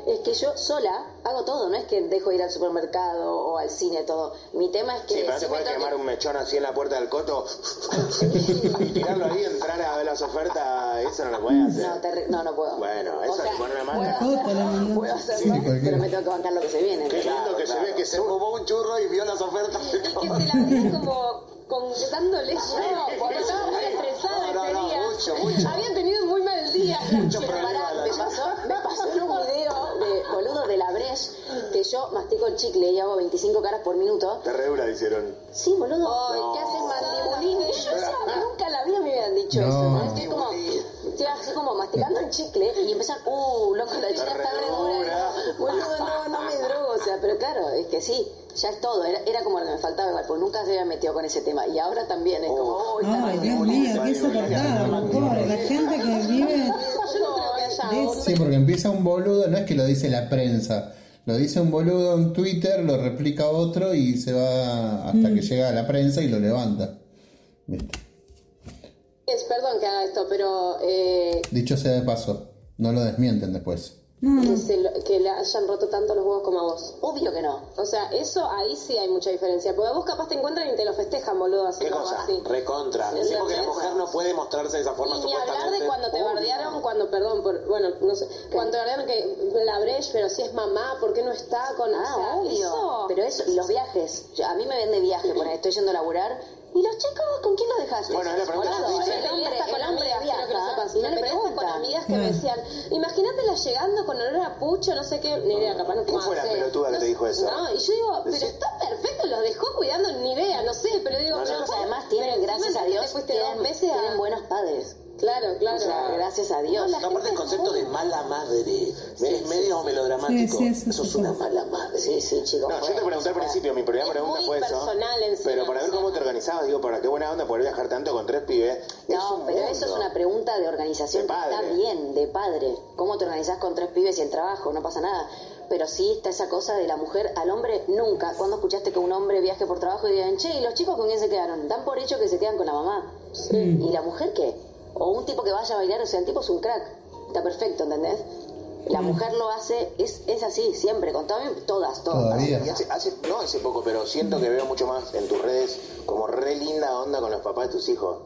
Es que yo sola hago todo, no es que dejo ir al supermercado o al cine, todo. Mi tema es que.
Sí, pero no te
sí me
puedes
tengo que-
quemar un mechón así en la puerta del coto y tirarlo ahí y entrar a ver las ofertas. Eso no lo puedes hacer.
No, te re- no, no puedo.
Bueno,
O
eso
sea,
te pone una
Por la
máscara.
foto le mandó.
Puedo hacer
Sí,
más,
cualquiera.
pero me tengo que bancar lo que se viene.
Qué
¿entendés?
lindo que se ve que se
fumó un churro y vio las ofertas.
Y que se la veía como contándole yo, porque estaba muy estresada
No, no,
ese
no,
día.
mucho, mucho.
Habían tenido un muy mal día.
Mucho
Pero
problema,
pará,
la
me
verdad.
pasó, me pasó en un video de boludo de la Breche que yo mastico el chicle y hago 25 caras por minuto.
Te re dura, hicieron.
Sí, boludo.
Ay,
¿Qué
no.
haces mandibulín? Y yo decía, nunca la vida me habían dicho
No.
eso. ¿no? Estoy como, estoy así como masticando el chicle y empiezan, uh, loco, la chica está re dura. Y yo, Boludo, no, no me drogo. O sea, pero claro, es que sí, ya es todo. Era, era como lo que me faltaba igual, porque nunca se había metido con ese tema. Y ahora también es
Oh.
como, uy,
Ay, Dios mío, qué soportado. Pobre, la gente que vive.
Yo no creo que haya
de-
Sí, porque empieza un boludo, no es que lo dice la prensa. Lo dice un boludo en Twitter, lo replica otro y se va hasta que llega a la prensa y lo levanta. ¿Viste?
Es, perdón que haga esto, pero eh,
Dicho sea de paso, no lo desmienten después.
No,
que,
no.
se lo- que le hayan roto tanto los huevos como a vos.
Obvio que no.
O sea, eso ahí sí hay mucha diferencia. Porque a vos capaz te encuentran y te lo festejan, boludo, así
¿Qué
como
cosa?
así.
Recontra.
Sí,
Decimos que la
¿entendés?
mujer no puede mostrarse de esa forma,
Y ni
supuestamente.
hablar de cuando te
Uy,
bardearon, cuando, perdón, por, bueno, no sé, cuando te bardearon que la Breche, pero si es mamá, ¿por qué no está con
Ah,
o sea,
obvio.
eso?
Pero eso, y los viajes. Yo- a mí me ven de viaje, por estoy yendo a laburar. ¿Y los chicos con quién los dejaste?
Bueno, es la pregunta
Boludo,
que
Yo me
te
el
peleé
hombre,
hasta con
el hombre
amigas, quiero que lo
viaja
sepas.
y no
me
le
peleé hasta con
preguntan. Mm.
amigas que me decían, imagínatela llegando con olor a pucho, no sé qué, ni idea, capaz no
¿Quién fue la
fumaba, no sé.
pelotuda que
No
te
sé-
dijo eso?
No, y yo digo, pero
Decí-
está perfecto, los dejó cuidando, ni idea, no sé, pero digo,
Los
pero
chicos
fue-
además tienen,
pero encima
gracias a
te
Dios,
fuiste dos
tienen,
veces a-
tienen buenos padres.
Claro, claro.
O sea, gracias a Dios.
No, la-
Aparte el concepto de mala madre es medio melodramático.
Sí, sí, eso
Eso es
sí.
una mala madre.
Sí, sí, chicos.
No, yo
fue-
te pregunté al
fue-
principio, mi primera
Es
pregunta
muy
fue eso.
personal encima,
pero para ver
o sea.
cómo te organizabas, digo, para qué buena onda poder viajar tanto con tres pibes. Es
No,
un
pero eso es
mundo.
una pregunta de organización.
De
que Está
padre.
bien, de padre. ¿Cómo te organizás con tres pibes y el trabajo? No pasa nada. Pero sí está esa cosa de la mujer al hombre nunca. Cuando escuchaste que un hombre viaje por trabajo y digan, che, ¿y los chicos con quién se quedaron? Dan por hecho que se quedan con la mamá. ¿Y la mujer qué? O un tipo que vaya a bailar, o sea, el tipo es un crack. Está perfecto, ¿entendés? La mujer lo hace, es, es así, siempre, con todo- todas, todas.
Todavía.
Y hace, hace- no hace poco, pero siento que veo mucho más en tus redes como re linda onda con los papás de tus hijos.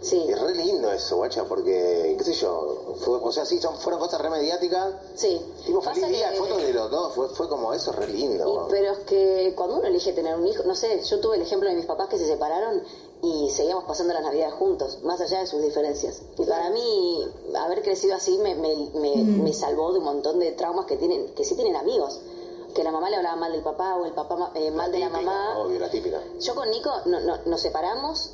Sí,
Es re lindo eso, guacha, porque, qué sé yo, fue- o sea, sí, son, fueron cosas re mediáticas.
sí.
Tipo,
Pasa
feliz día,
que-
fotos de los dos, fue, fue como eso, re lindo.
Y-
guau.
pero es que cuando uno elige tener un hijo, no sé, yo tuve el ejemplo de mis papás que se separaron y seguíamos pasando las navidades juntos, más allá de sus diferencias. Y para mí, haber crecido así me, me, me- me salvó de un montón de traumas que tienen, que sí tienen amigos. Que la mamá le hablaba mal del papá o el papá ma- eh, mal de la
Típica,
mamá.
Obvio, la típica.
Yo con Nico no- no- nos separamos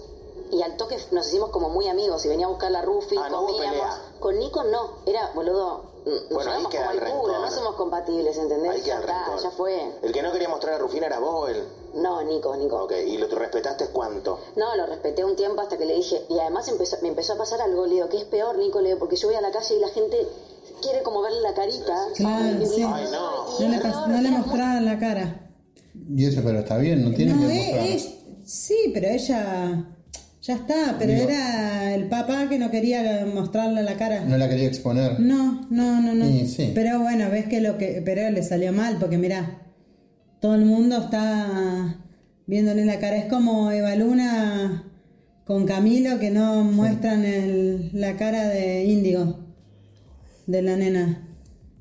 y al toque nos hicimos como muy amigos y venía a buscar la Rufi,
Ah, no hubo
comíamos.
pelea.
Con Nico no, era boludo, mm, nos
Bueno, ahí
llevamos
queda
como
el
el culo,
rencor.
no somos compatibles, ¿entendés?
Ahí queda
ya
el
está,
rencor.
ya fue.
El que no quería mostrar a Rufina era vos, el...
No, Nico, Nico.
Ok, ¿y lo tú respetaste cuánto?
No, lo respeté un tiempo hasta que le dije, y además empezó, me empezó a pasar algo, le digo, que es peor, Nico, le digo, porque yo voy a la calle y la gente quiere como verle la carita.
Claro, sí.
Ay, no.
No le, pas- no le mostraban la cara.
Y eso, pero está bien, no tiene
No,
que
eh,
mostrar.
eh, sí, pero ella ya está, pero
Digo-
era el papá que no quería mostrarle la cara.
No la quería exponer.
No, no, no, no.
Y sí.
Pero bueno, ves que lo que pero le salió mal porque mirá, todo el mundo está viéndole la cara, es como Eva Luna con Camilo que no muestran el- la cara de Índigo de la nena.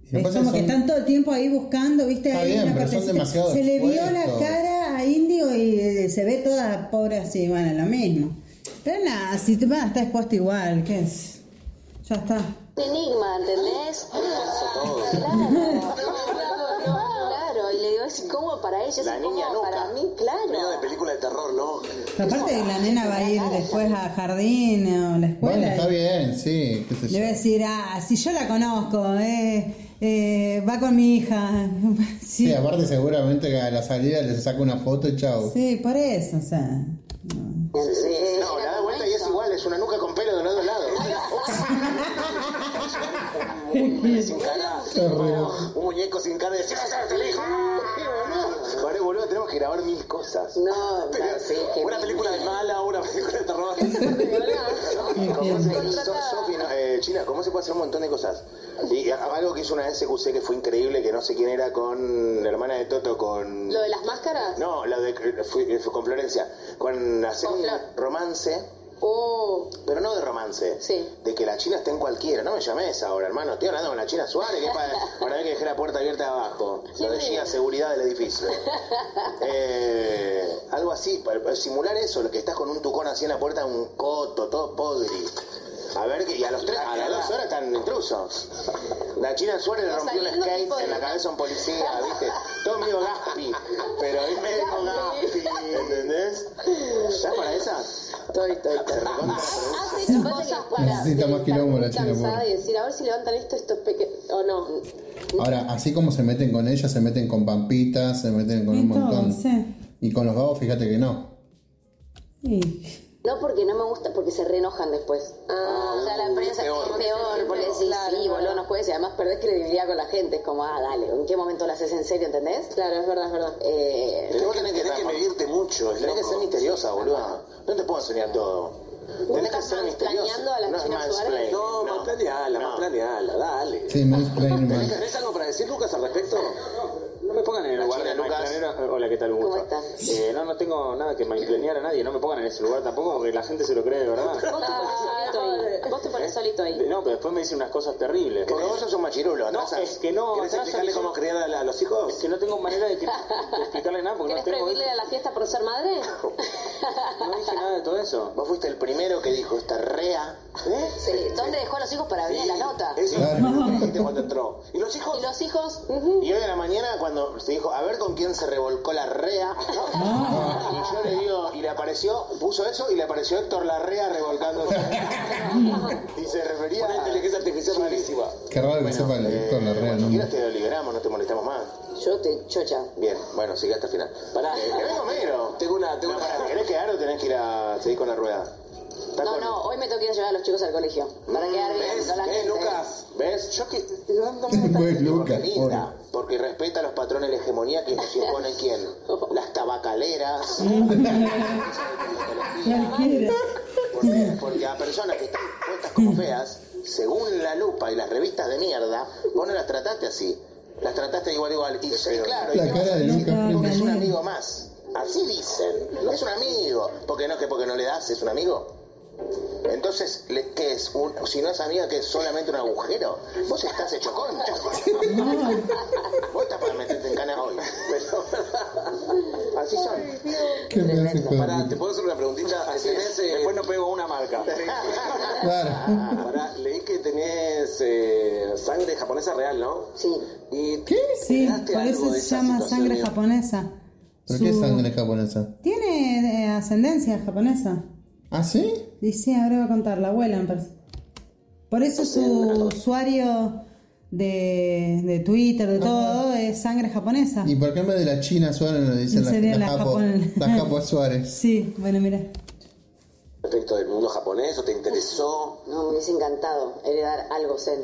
Y
es
aparte
como
son-
que están todo el tiempo ahí buscando, ¿viste?
Está
Ahí
bien,
una
pero son
partecita.
demasiado
se le vio la
expuestos.
cara a Índigo y eh, se ve toda pobre así, bueno, lo mismo. Pero nada, si te vas, está expuesto igual, ¿qué es? Ya está.
Enigma, ¿entendés? Claro, claro, y le digo, es como para ella, es
La
como
niña nunca.
para mí, claro.
Medio de película de terror, ¿no?
Pero Aparte la nena va a ir después a jardín o la escuela.
Bueno, está bien, sí, qué sé
Le
yo.
va a decir, ah, si yo la conozco, eh, eh, va con mi hija.
Sí.
Sí,
aparte seguramente que a la salida les saco una foto y chao.
sí, por eso, o sea. no.
Sí,
No, la
era
da
como
vuelta y es
eso.
igual, es una nuca con pelo de los dos lados.
Un bebé sin cara.
Terrible.
Un muñeco sin cara de... ¡Sí, vas a ser tu hijo!
Ahora, boludo, tenemos que grabar mil cosas.
No, claro, sí, que
Una película de mala, una película de terror.
¿Cómo se- So- Sofi, no, eh, China, ¿cómo se puede hacer un montón de cosas? Y a- algo que hizo una SQC que fue increíble, que no sé quién era con la hermana de Toto, con...
¿Lo de las máscaras?
No, la de, eh, fue- fue con Florencia. Con hacer
Con
un
Flor.
romance,
Oh,
pero no de romance.
Sí.
De que la China esté en cualquiera. No me llames ahora, hermano. Estoy hablando con la China Suárez, que es para, para mí que dejé la puerta abierta abajo. Lo
¿Quién
decía
es?
seguridad del edificio. Eh, algo así, para- para simular eso, lo que estás con un tucón así en la puerta, un coto, todo podri. A ver, que- y a, los tres, a las dos horas están intrusos. La China Suárez le
Pero
rompió un
saliendo
skate
tipo de-
en la cabeza a un policía, ¿viste? Todo medio gaspi, pero es medio gaspi, ¿entendés? ¿Ya para esa?
estoy, estoy,
Se
estoy.
recontra pregunta.
has hecho cosas para
Necesita más
estar
quilombo la
muy
China,
cansada
pobre.
y decir, a ver si levantan esto, estos pequeños, o no.
Ahora, así como se meten con ella, se meten con Pampita, se meten con
Y
un
todo,
montón.
sí.
Y con los vagos, fíjate que no.
Y-
No porque no me gusta, porque se reenojan después.
Ah,
o sea, la prensa
peor.
es peor, porque decís,
Claro,
sí, boludo,
claro.
no juegues y además perdés credibilidad con la gente. Es como, ah, dale, ¿en qué momento lo haces en serio, entendés?
Claro, es verdad, es verdad.
Eh,
Pero
Tenés
vos
que,
tenés que
tenés que
transform-
medirte mucho. es
Tenés que
loco.
ser misteriosa, boluda. No te puedo enseñar todo. Tenés que
estás
ser
mansplaneando
misterioso.
a la
No es
China Suárez?
mansplaining,
No, más planeala, más planeala, dale.
Sí, me explain mal.
¿Tenés algo para decir, Lucas, al respecto? No me pongan en el lugar
China,
de
Lucas.
Lucas.
Ah, Hola, ¿qué tal?
¿Cómo estás?
Eh, no, no tengo nada que mainplanear a nadie, no me pongan en ese lugar tampoco, porque la gente se lo cree de verdad.
Vos te pones solito ahí. Vos te pones solito ahí.
No, pero después me dicen unas cosas terribles.
Porque vos sos un machirulo,
No,
atrasas.
es que no,
¿Querés
atrasan y
explicarle
son-
cómo criar a, la- a los hijos?
Es que no tengo manera de, que- de explicarle nada porque no
¿Querés
tengo.
prohibirle a la fiesta por ser madre?
No dije nada de todo eso.
Vos fuiste el primero que dijo esta rea. ¿Eh?
Sí, ¿Dónde dejó a los hijos para venir a la nota?
Eso
Claro.
es lo que dijiste cuando entró. ¿Y los hijos?
Y los hijos,
Y hoy en la mañana cuando se dijo, a ver con quién se revolcó la rea.
Ah.
Y yo le digo, y le apareció, puso eso y le apareció Héctor Larrea revolcándose. y se refería
Una
a...
este
eh,
inteligencia artificial malísima.
Qué raro que sepa el Héctor Larrea,
cuando
¿no?
quieras te lo liberamos, no te molestamos más.
yo te chocha.
Bien, bueno, sigue hasta el final. Pará, eh, ¿querés Homero?
Tengo una, tengo
No,
una.
pará, ¿querés quedar o tenés que ir a seguir con la rueda? Está
No,
con-
no, hoy me tengo que ir a llevar a los chicos al colegio. Para
Mm,
quedar bien
¿Ves?
con la
¿Ves,
gente.
Lucas?
Eh, ¿Ves? Yo que.
Pues Lucas,
porque, linda,
pobre.
porque respeta los patrones de hegemonía que nos imponen quién? Las tabacaleras.
Cualquiera.
Porque, porque a personas que están puestas como feas, según la lupa y las revistas de mierda, vos no las trataste así. Las trataste igual, igual. Y sí, claro, y
La
qué
cara
vas a
de
decir?
Lucas
Porque es un
Primo.
amigo más. Así dicen. Es un amigo. Porque no, que porque no le das, es un amigo. Entonces, le- ¿qué es? Un- si no es amiga, que es solamente un agujero. Vos estás hecho concha. Vos estás para meterte en cana hoy. Pero- así son.
Qué me hace joder.
Pará, ¿te puedo hacer una preguntita?
Este
Así tenés, eh,
Después no pego una marca.
Claro.
pará, leí que tenés eh, sangre japonesa real, ¿no?
Sí.
Y
¿Qué?
Sí, por eso se llama sangre japonesa.
¿Pero qué
Su-
sangre japonesa?
Tiene eh, ascendencia japonesa.
¿Ah, sí?
Dice, ahora va a contar la abuela. me parece. Por eso su usuario de, de Twitter, de todo, es sangre japonesa.
¿Y por qué en vez de la China Suárez nos dicen la,
Sería
la,
la
Japo,
Japón.
la Japo Suárez?
Sí, bueno, mira.
Respecto del mundo japonés, ¿o te interesó?
No, me hubiese encantado heredar algo zen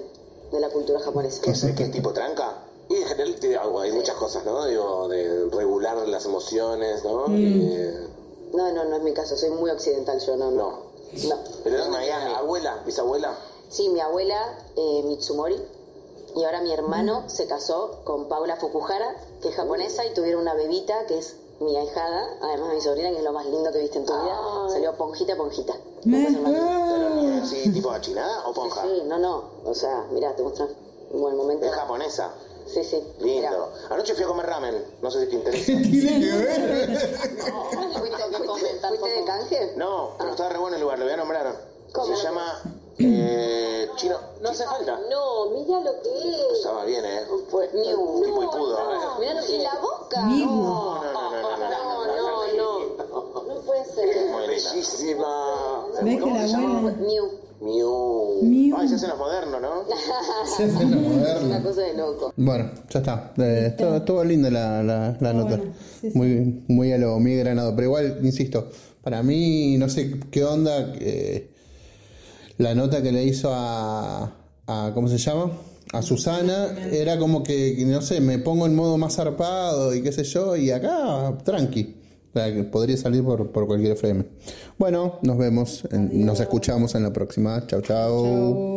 de la cultura japonesa.
¿Qué es, qué es tipo tranca?
Y en general te- algo, hay muchas cosas, ¿no? Digo, de regular las emociones, ¿no? Eh,
No, no, no es mi caso, soy muy occidental yo, no. No.
no.
no.
Pero ¿dónde mi abuela, bisabuela.
Sí, mi abuela, eh, Mitsumori, y ahora mi hermano
Mm.
se casó con Paula Fukuhara, que es japonesa, y tuvieron una bebita que es mi ahijada, además de mi sobrina, que es lo más lindo que viste en tu vida. Salió ponjita, ponjita. No puede ser más lindo.
Pero, ¿Sí, tipo achinada o ponja?
Sí, no, no. O sea, mirá, te mostré un buen momento.
Es japonesa.
Sí, sí. mirá.
Lindo. Anoche fui a comer ramen. No sé si te interesa.
¿Qué tiene que ver?
¿Fuiste, fuiste- fuiste de canje?
No, pero estaba re bueno el lugar, lo voy a nombrar.
¿Cómo?
Se llama eh, Chino. No hace falta.
No, mira lo que es.
Estaba bien, ¿eh?
Pues, Miu.
Tipo y pudo.
Mirá lo que
Y la boca.
Migu.
No, no, no, no, no, no, no.
No, no, no. No puede ser.
Muy linda.
Bellísima.
¿Ves que la abuela?
Miu.
Miu.
Miu.
Ay, se hacen los modernos, ¿no?
Se hace lo
Una
moderno.
cosa de loco.
Bueno, ya está. Eh, estuvo, estuvo linda la, la, la nota.
bueno, sí, sí.
Muy, muy a lo mi granado. Pero igual, insisto, para mí, no sé qué onda eh, la nota que le hizo a, a. ¿Cómo se llama? A Susana. Era como que, no sé, me pongo en modo más zarpado y qué sé yo. Y acá, tranqui. O sea, que podría salir por, por cualquier frame. Bueno, nos vemos. en- nos escuchamos en la próxima. chau. chau.